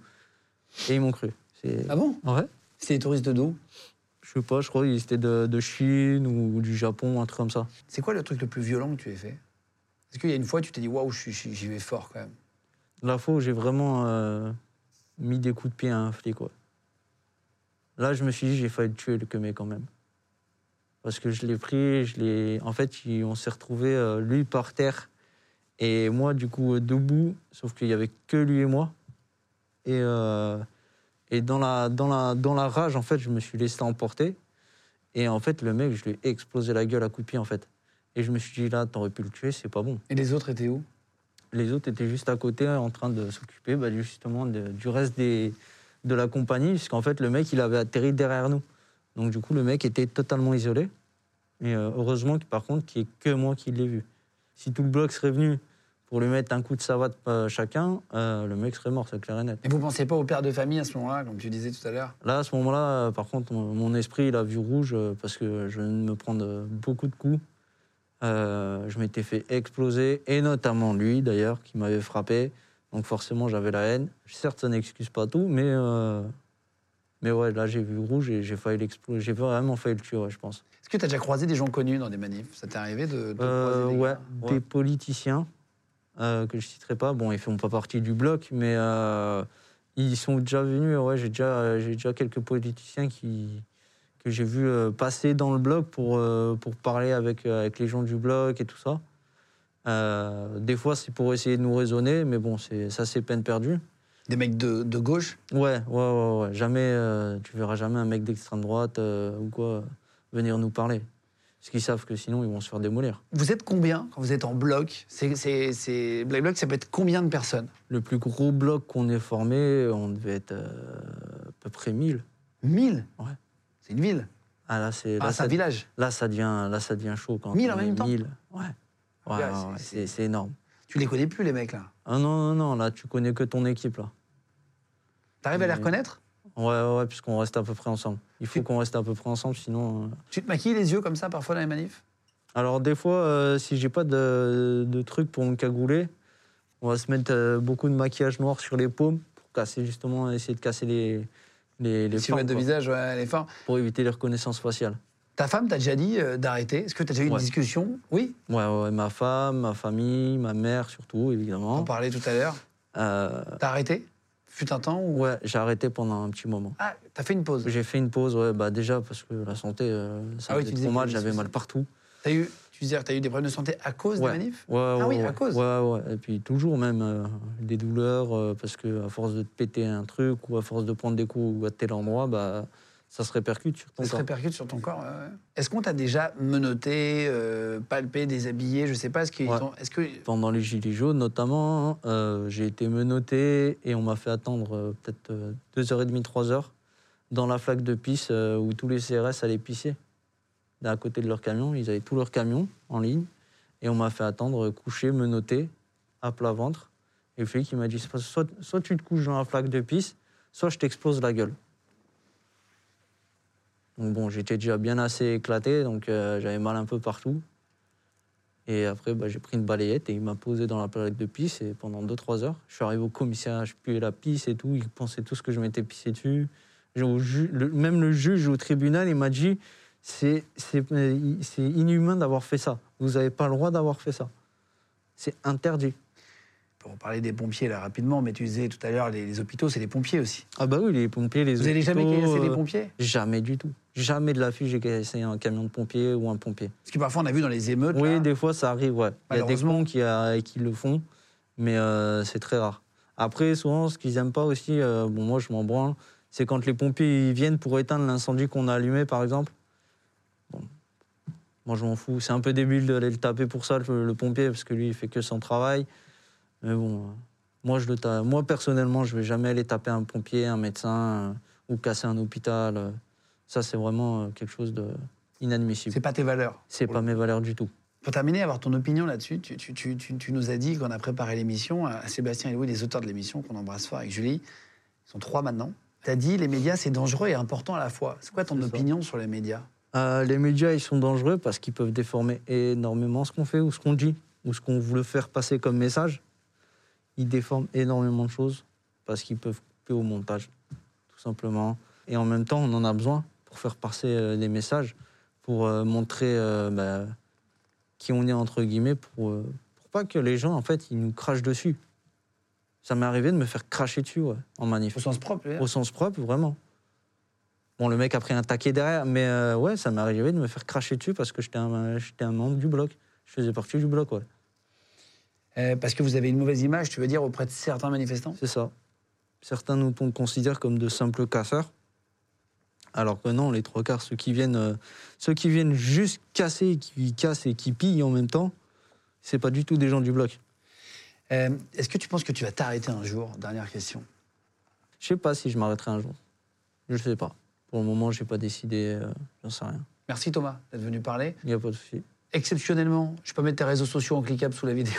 [SPEAKER 4] Et ils m'ont cru. C'est-
[SPEAKER 3] Ah bon
[SPEAKER 4] Ouais
[SPEAKER 3] C'était des touristes de d'où
[SPEAKER 4] Je sais pas, je crois qu'ils étaient de, de Chine ou du Japon, un truc comme ça.
[SPEAKER 3] C'est quoi le truc le plus violent que tu aies fait Est-ce qu'il y a une fois, tu t'es dit, waouh, je suis- je- j'y vais fort quand même
[SPEAKER 4] La fois où j'ai vraiment euh, mis des coups de pied à un flic, quoi. Là, je me suis dit, j'ai failli le tuer, le mec, quand même. Parce que je l'ai pris, je l'ai. En fait, il- on s'est retrouvé lui par terre et moi, du coup, euh, debout. Sauf qu'il y avait que lui et moi. Et, euh, et dans, la, dans, la, dans la rage, en fait, je me suis laissé emporter. Et en fait, le mec, je lui ai explosé la gueule à coups de pied, en fait. Et je me suis dit, là, t'aurais pu le tuer, c'est pas bon
[SPEAKER 3] Et les autres étaient où
[SPEAKER 4] les autres étaient juste à côté en train de s'occuper bah, justement de- du reste des, de la compagnie, puisqu'en fait le mec il avait atterri derrière nous. Donc du coup le mec était totalement isolé. Et euh, heureusement que, par contre qu'il n'y ait que moi qui l'ai vu. Si tout le bloc serait venu pour lui mettre un coup de savate euh, chacun, euh, le mec serait mort, c'est clair et net.
[SPEAKER 3] Et vous pensez pas aux pères de famille à ce moment-là, comme tu disais tout à l'heure
[SPEAKER 4] Là, à ce moment-là, euh, par contre, mon mon esprit, il a vu rouge euh, parce que je viens de me prendre euh, beaucoup de coups. Euh, je m'étais fait exploser, et notamment lui, d'ailleurs, qui m'avait frappé. Donc forcément, j'avais la haine. Certes, ça n'excuse pas tout, mais, euh, mais ouais, là, j'ai vu rouge et j'ai failli l'exploser. J'ai vraiment failli le tuer, ouais, je pense.
[SPEAKER 3] Est-ce que tu as déjà croisé des gens connus dans des manifs Ça t'est arrivé de, de
[SPEAKER 4] Euh,
[SPEAKER 3] croiser des
[SPEAKER 4] ouais,
[SPEAKER 3] gars
[SPEAKER 4] des politiciens euh, que je citerai pas. Bon, ils font pas partie du bloc, mais euh, ils sont déjà venus. Ouais, j'ai déjà, euh, j'ai déjà quelques politiciens qui que j'ai vu euh, passer dans le bloc pour euh, pour parler avec euh, avec les gens du bloc et tout ça. Euh, des fois, c'est pour essayer de nous raisonner, mais bon, c'est ça, c'est peine perdue.
[SPEAKER 3] Des mecs de, de gauche
[SPEAKER 4] Ouais, ouais, ouais, ouais. Jamais, euh, tu verras jamais un mec d'extrême droite euh, ou quoi euh, venir nous parler, parce qu'ils savent que sinon, ils vont se faire démolir.
[SPEAKER 3] Vous êtes combien quand vous êtes en bloc C'est c'est- c'est- Black Bloc, ça peut être combien de personnes
[SPEAKER 4] Le plus gros bloc qu'on ait formé, on devait être euh, à peu près 1000.
[SPEAKER 3] 1000
[SPEAKER 4] Ouais.
[SPEAKER 3] C'est une ville
[SPEAKER 4] Ah là, c'est là,
[SPEAKER 3] Ah, c'est
[SPEAKER 4] ça,
[SPEAKER 3] un village
[SPEAKER 4] là, ça devient, là, ça devient chaud quand
[SPEAKER 3] 1000 en
[SPEAKER 4] on est
[SPEAKER 3] même temps
[SPEAKER 4] 1000. Ouais. Ouais,
[SPEAKER 3] Ouais,
[SPEAKER 4] ouais,
[SPEAKER 3] c'est-
[SPEAKER 4] ouais,
[SPEAKER 3] c'est-
[SPEAKER 4] c'est c'est énorme.
[SPEAKER 3] Tu les connais plus, les mecs, là
[SPEAKER 4] Ah non, non, non, là, tu connais que ton équipe, là.
[SPEAKER 3] T'arrives à les
[SPEAKER 4] Oui.
[SPEAKER 3] reconnaître
[SPEAKER 4] Ouais, ouais, ouais, puisqu'on reste à peu près ensemble. Il faut
[SPEAKER 3] Tu-
[SPEAKER 4] qu'on reste à peu près ensemble, sinon. euh,
[SPEAKER 3] Tu te maquilles les yeux comme ça, parfois, dans les manifs
[SPEAKER 4] Alors, des fois, euh, si j'ai pas de, de truc pour me cagouler, on va se mettre euh, beaucoup de maquillage noir sur les paumes pour casser, justement, essayer de casser les, les,
[SPEAKER 3] Les
[SPEAKER 4] les formes,
[SPEAKER 3] silhouettes de
[SPEAKER 4] quoi,
[SPEAKER 3] visage, ouais, elle est forte.
[SPEAKER 4] pour éviter les reconnaissances faciales.
[SPEAKER 3] Ta femme t'a déjà dit euh, d'arrêter Est-ce que t'as déjà eu une
[SPEAKER 4] Ouais.
[SPEAKER 3] discussion Oui
[SPEAKER 4] Ouais, ouais, ouais, ma femme, ma famille, ma mère surtout,
[SPEAKER 3] On en
[SPEAKER 4] évidemment.
[SPEAKER 3] parlait tout à l'heure.
[SPEAKER 4] Euh,
[SPEAKER 3] T'as arrêté Fut un temps où...
[SPEAKER 4] ouais, j'ai arrêté pendant un petit moment.
[SPEAKER 3] Ah, t'as fait une pause.
[SPEAKER 4] J'ai fait une pause, ouais, bah déjà parce que la santé, euh, ça
[SPEAKER 3] Ah
[SPEAKER 4] me
[SPEAKER 3] oui, tu
[SPEAKER 4] faisait
[SPEAKER 3] disais que
[SPEAKER 4] trop mal,
[SPEAKER 3] t'avais des
[SPEAKER 4] j'avais mal
[SPEAKER 3] soucis.
[SPEAKER 4] partout.
[SPEAKER 3] T'as eu, tu disais, t'as eu des problèmes de santé à cause
[SPEAKER 4] Ouais.
[SPEAKER 3] des manifs
[SPEAKER 4] Ouais,
[SPEAKER 3] Ah
[SPEAKER 4] ouais,
[SPEAKER 3] oui,
[SPEAKER 4] ouais,
[SPEAKER 3] à cause.
[SPEAKER 4] Ouais, ouais. Et puis toujours même euh, des douleurs euh, parce que à force de te péter un truc ou à force de prendre des coups à tel endroit, bah ça se répercute sur ton
[SPEAKER 3] Ça se
[SPEAKER 4] corps.
[SPEAKER 3] répercute sur ton corps. ouais, ouais. Est-ce qu'on t'a déjà menotté, euh, palpé, déshabillé Je sais pas. Est-ce qu'ils
[SPEAKER 4] Ouais.
[SPEAKER 3] ont- Est-ce que
[SPEAKER 4] Pendant les gilets jaunes notamment, euh, j'ai été menotté et on m'a fait attendre euh, peut-être euh, deux heures et demie, trois heures dans la flaque de pisse euh, où tous les CRS allaient pisser à côté de leur camion. Ils avaient tous leurs camions en ligne et on m'a fait attendre euh, couché, menotté, à plat ventre. Et le flic il m'a dit soit, soit tu te couches dans la flaque de pisse, soit je t'explose la gueule. Donc bon, j'étais déjà bien assez éclaté, donc euh, j'avais mal un peu partout. Et après, bah, j'ai pris une balayette et il m'a posé dans la plaque de pisse. Et pendant 2-3 heures, je suis arrivé au commissariat, je puais la pisse et tout. Ils pensaient tout ce que je m'étais pissé dessus. J'ai- au ju- le- même le juge au tribunal, il m'a dit c'est c'est- euh, c'est inhumain d'avoir fait ça. Vous n'avez pas le droit d'avoir fait ça. C'est interdit.
[SPEAKER 3] pour parler des pompiers là rapidement, mais tu disais tout à l'heure les, les hôpitaux, c'est les pompiers aussi.
[SPEAKER 4] Ah bah oui, les pompiers, les
[SPEAKER 3] Vous n'avez jamais
[SPEAKER 4] hôpitaux,
[SPEAKER 3] cassé les
[SPEAKER 4] euh,
[SPEAKER 3] pompiers
[SPEAKER 4] Jamais du tout. Jamais de la fille, j'ai cassé un camion de pompier ou un pompier.
[SPEAKER 3] Parce que parfois on a vu dans les émeutes.
[SPEAKER 4] Oui,
[SPEAKER 3] là,
[SPEAKER 4] des fois ça arrive, ouais. Il y a des
[SPEAKER 3] Malheureusement.
[SPEAKER 4] gens qui, euh, qui le font, mais euh, c'est très rare. Après, souvent, ce qu'ils n'aiment pas aussi, euh, bon, moi je m'en branle, c'est quand les pompiers ils viennent pour éteindre l'incendie qu'on a allumé, par exemple. Bon. Moi je m'en fous. C'est un peu débile d'aller le taper pour ça, le, le pompier, parce que lui il fait que son travail. Mais bon, euh, moi, je le ta- moi personnellement, je vais jamais aller taper un pompier, un médecin euh, ou casser un hôpital. euh. Ça, c'est vraiment euh, quelque chose de
[SPEAKER 3] C'est
[SPEAKER 4] inadmissible.
[SPEAKER 3] pas tes valeurs.
[SPEAKER 4] C'est pas mes valeurs du tout.
[SPEAKER 3] Pour terminer, avoir ton opinion là-dessus, tu, tu- tu- tu- tu nous as dit qu'on a préparé l'émission, à Sébastien et Louis, les auteurs de l'émission, qu'on embrasse fort avec Julie, ils sont trois maintenant. Tu as dit les médias, c'est dangereux et important à la fois. C'est quoi ton
[SPEAKER 4] C'est ça.
[SPEAKER 3] opinion sur les médias
[SPEAKER 4] Euh, les médias, ils sont dangereux parce qu'ils peuvent déformer énormément ce qu'on fait ou ce qu'on dit ou ce qu'on voulait faire passer comme message. Ils déforment énormément de choses parce qu'ils peuvent couper au montage, tout simplement. Et en même temps, on en a besoin pour faire passer euh, des messages, pour euh, montrer euh, bah, qui on est, entre guillemets, pour, euh, pour pas que les gens, en fait, ils nous crachent dessus. Ça m'est arrivé de me faire cracher dessus, ouais, en manif.
[SPEAKER 3] Au sens propre,
[SPEAKER 4] Au sens propre, vraiment. Bon, le mec a pris un taquet derrière, mais euh, ouais, ça m'est arrivé de me faire cracher dessus parce que j'étais un, j'étais un membre du bloc. Je faisais partie du bloc, ouais.
[SPEAKER 3] Euh, parce que vous avez une mauvaise image, tu veux dire, auprès de certains manifestants
[SPEAKER 4] C'est ça. Certains nous on considèrent comme de simples casseurs. Alors que non, les trois quarts, ceux qui viennent, euh, ceux qui viennent juste casser, qui cassent et qui pillent en même temps, c'est pas du tout des gens du bloc.
[SPEAKER 3] Euh, Est-ce que tu penses que tu vas t'arrêter un jour Dernière question.
[SPEAKER 4] Je sais pas si je m'arrêterai un jour. Je sais pas. Pour le moment, j'ai pas décidé. euh, J'en sais rien.
[SPEAKER 3] Merci Thomas d'être venu parler.
[SPEAKER 4] Il n'y a pas de souci.
[SPEAKER 3] Exceptionnellement, je peux mettre tes réseaux sociaux en cliquable sous la vidéo.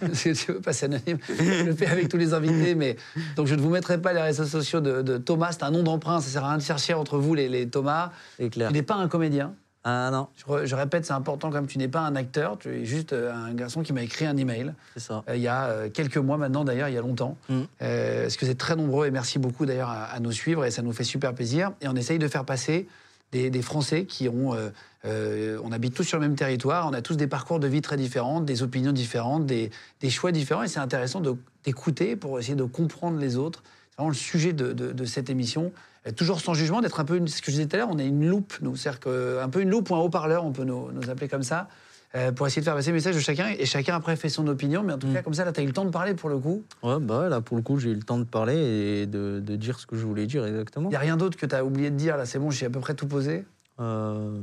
[SPEAKER 3] Parce que tu veux passer anonyme. Je le fais avec tous les invités, mais donc je ne vous mettrai pas les réseaux sociaux de, de Thomas. C'est un nom d'emprunt, ça sert à rien de chercher entre vous les, les Thomas.
[SPEAKER 4] C'est clair.
[SPEAKER 3] Tu n'es pas un comédien.
[SPEAKER 4] Ah non,
[SPEAKER 3] Je, re- je répète, c'est important comme tu n'es pas un acteur, tu es juste euh, un garçon qui m'a écrit un email.
[SPEAKER 4] c'est ça.
[SPEAKER 3] Euh, il y a euh, quelques mois maintenant, d'ailleurs, il y a longtemps.
[SPEAKER 4] Mm.
[SPEAKER 3] Euh, parce que vous êtes très nombreux et merci beaucoup d'ailleurs à, à nous suivre et ça nous fait super plaisir. Et on essaye de faire passer des, des Français qui ont. euh, euh, on habite tous sur le même territoire, on a tous des parcours de vie très différents, des opinions différentes, des, des choix différents et c'est intéressant de- d'écouter pour essayer de comprendre les autres. C'est vraiment le sujet de, de- de cette émission. Euh, toujours sans jugement, d'être un peu, une- c'est ce que je disais tout à l'heure, on est une loupe, nous. C'est-à-dire que, un peu une loupe ou un haut-parleur, on peut nous, nous appeler comme ça. euh, pour essayer de faire passer le message de chacun, et chacun après fait son opinion, mais en tout cas, comme ça, là, tu as eu le temps de parler pour le coup.
[SPEAKER 4] Ouais, bah ouais, là, pour le coup, j'ai eu le temps de parler et de, de dire ce que je voulais dire exactement.
[SPEAKER 3] Il n'y a rien d'autre que tu as oublié de dire, là, c'est bon, j'ai à peu près tout posé.
[SPEAKER 4] Euh,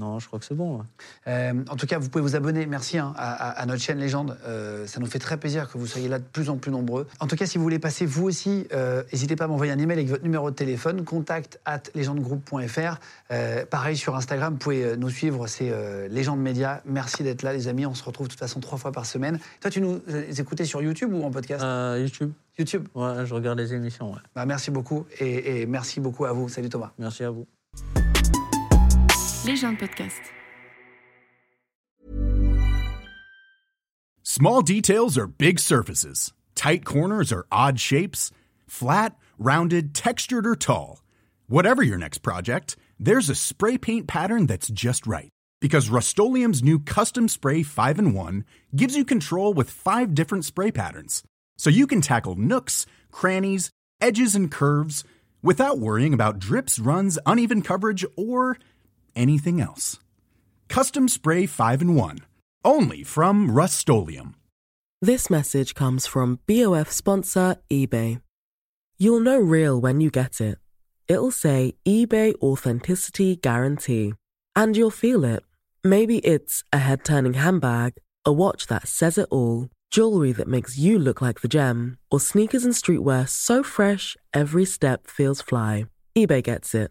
[SPEAKER 4] non, je crois que c'est bon. ouais.
[SPEAKER 3] Euh, en tout cas, vous pouvez vous abonner, merci, hein, à, à- à notre chaîne Légende. Euh, ça nous fait très plaisir que vous soyez là de plus en plus nombreux. En tout cas, si vous voulez passer vous aussi, euh, n'hésitez pas à m'envoyer un email avec votre numéro de téléphone, contact at légendegroupe.fr. Euh, pareil, sur Instagram, vous pouvez euh, nous suivre, c'est euh, Légende Média. Merci d'être là, les amis, on se retrouve de toute façon trois fois par semaine. Toi, tu nous euh, écoutais sur YouTube ou en podcast
[SPEAKER 4] Euh, YouTube,
[SPEAKER 3] YouTube.
[SPEAKER 4] ouais, je regarde les émissions. Ouais.
[SPEAKER 3] Bah, merci beaucoup, et- et merci beaucoup à vous. Salut Thomas.
[SPEAKER 4] Merci à vous.
[SPEAKER 5] Les gens de podcast.
[SPEAKER 2] Small details are big surfaces. Tight corners are odd shapes. Flat, rounded, textured, or tall. Whatever your next project, there's a spray paint pattern that's just right. Because Rust new Custom Spray 5 in 1 gives you control with five different spray patterns. So you can tackle nooks, crannies, edges, and curves without worrying about drips, runs, uneven coverage, or anything else. Custom Spray 5 in 1. Only from Rust
[SPEAKER 6] This message comes from BOF sponsor eBay. You'll know real when you get it. It'll say eBay Authenticity Guarantee. And you'll feel it. Maybe it's a head turning handbag, a watch that says it all, jewelry that makes you look like the gem, or sneakers and streetwear so fresh every step feels fly. eBay gets it.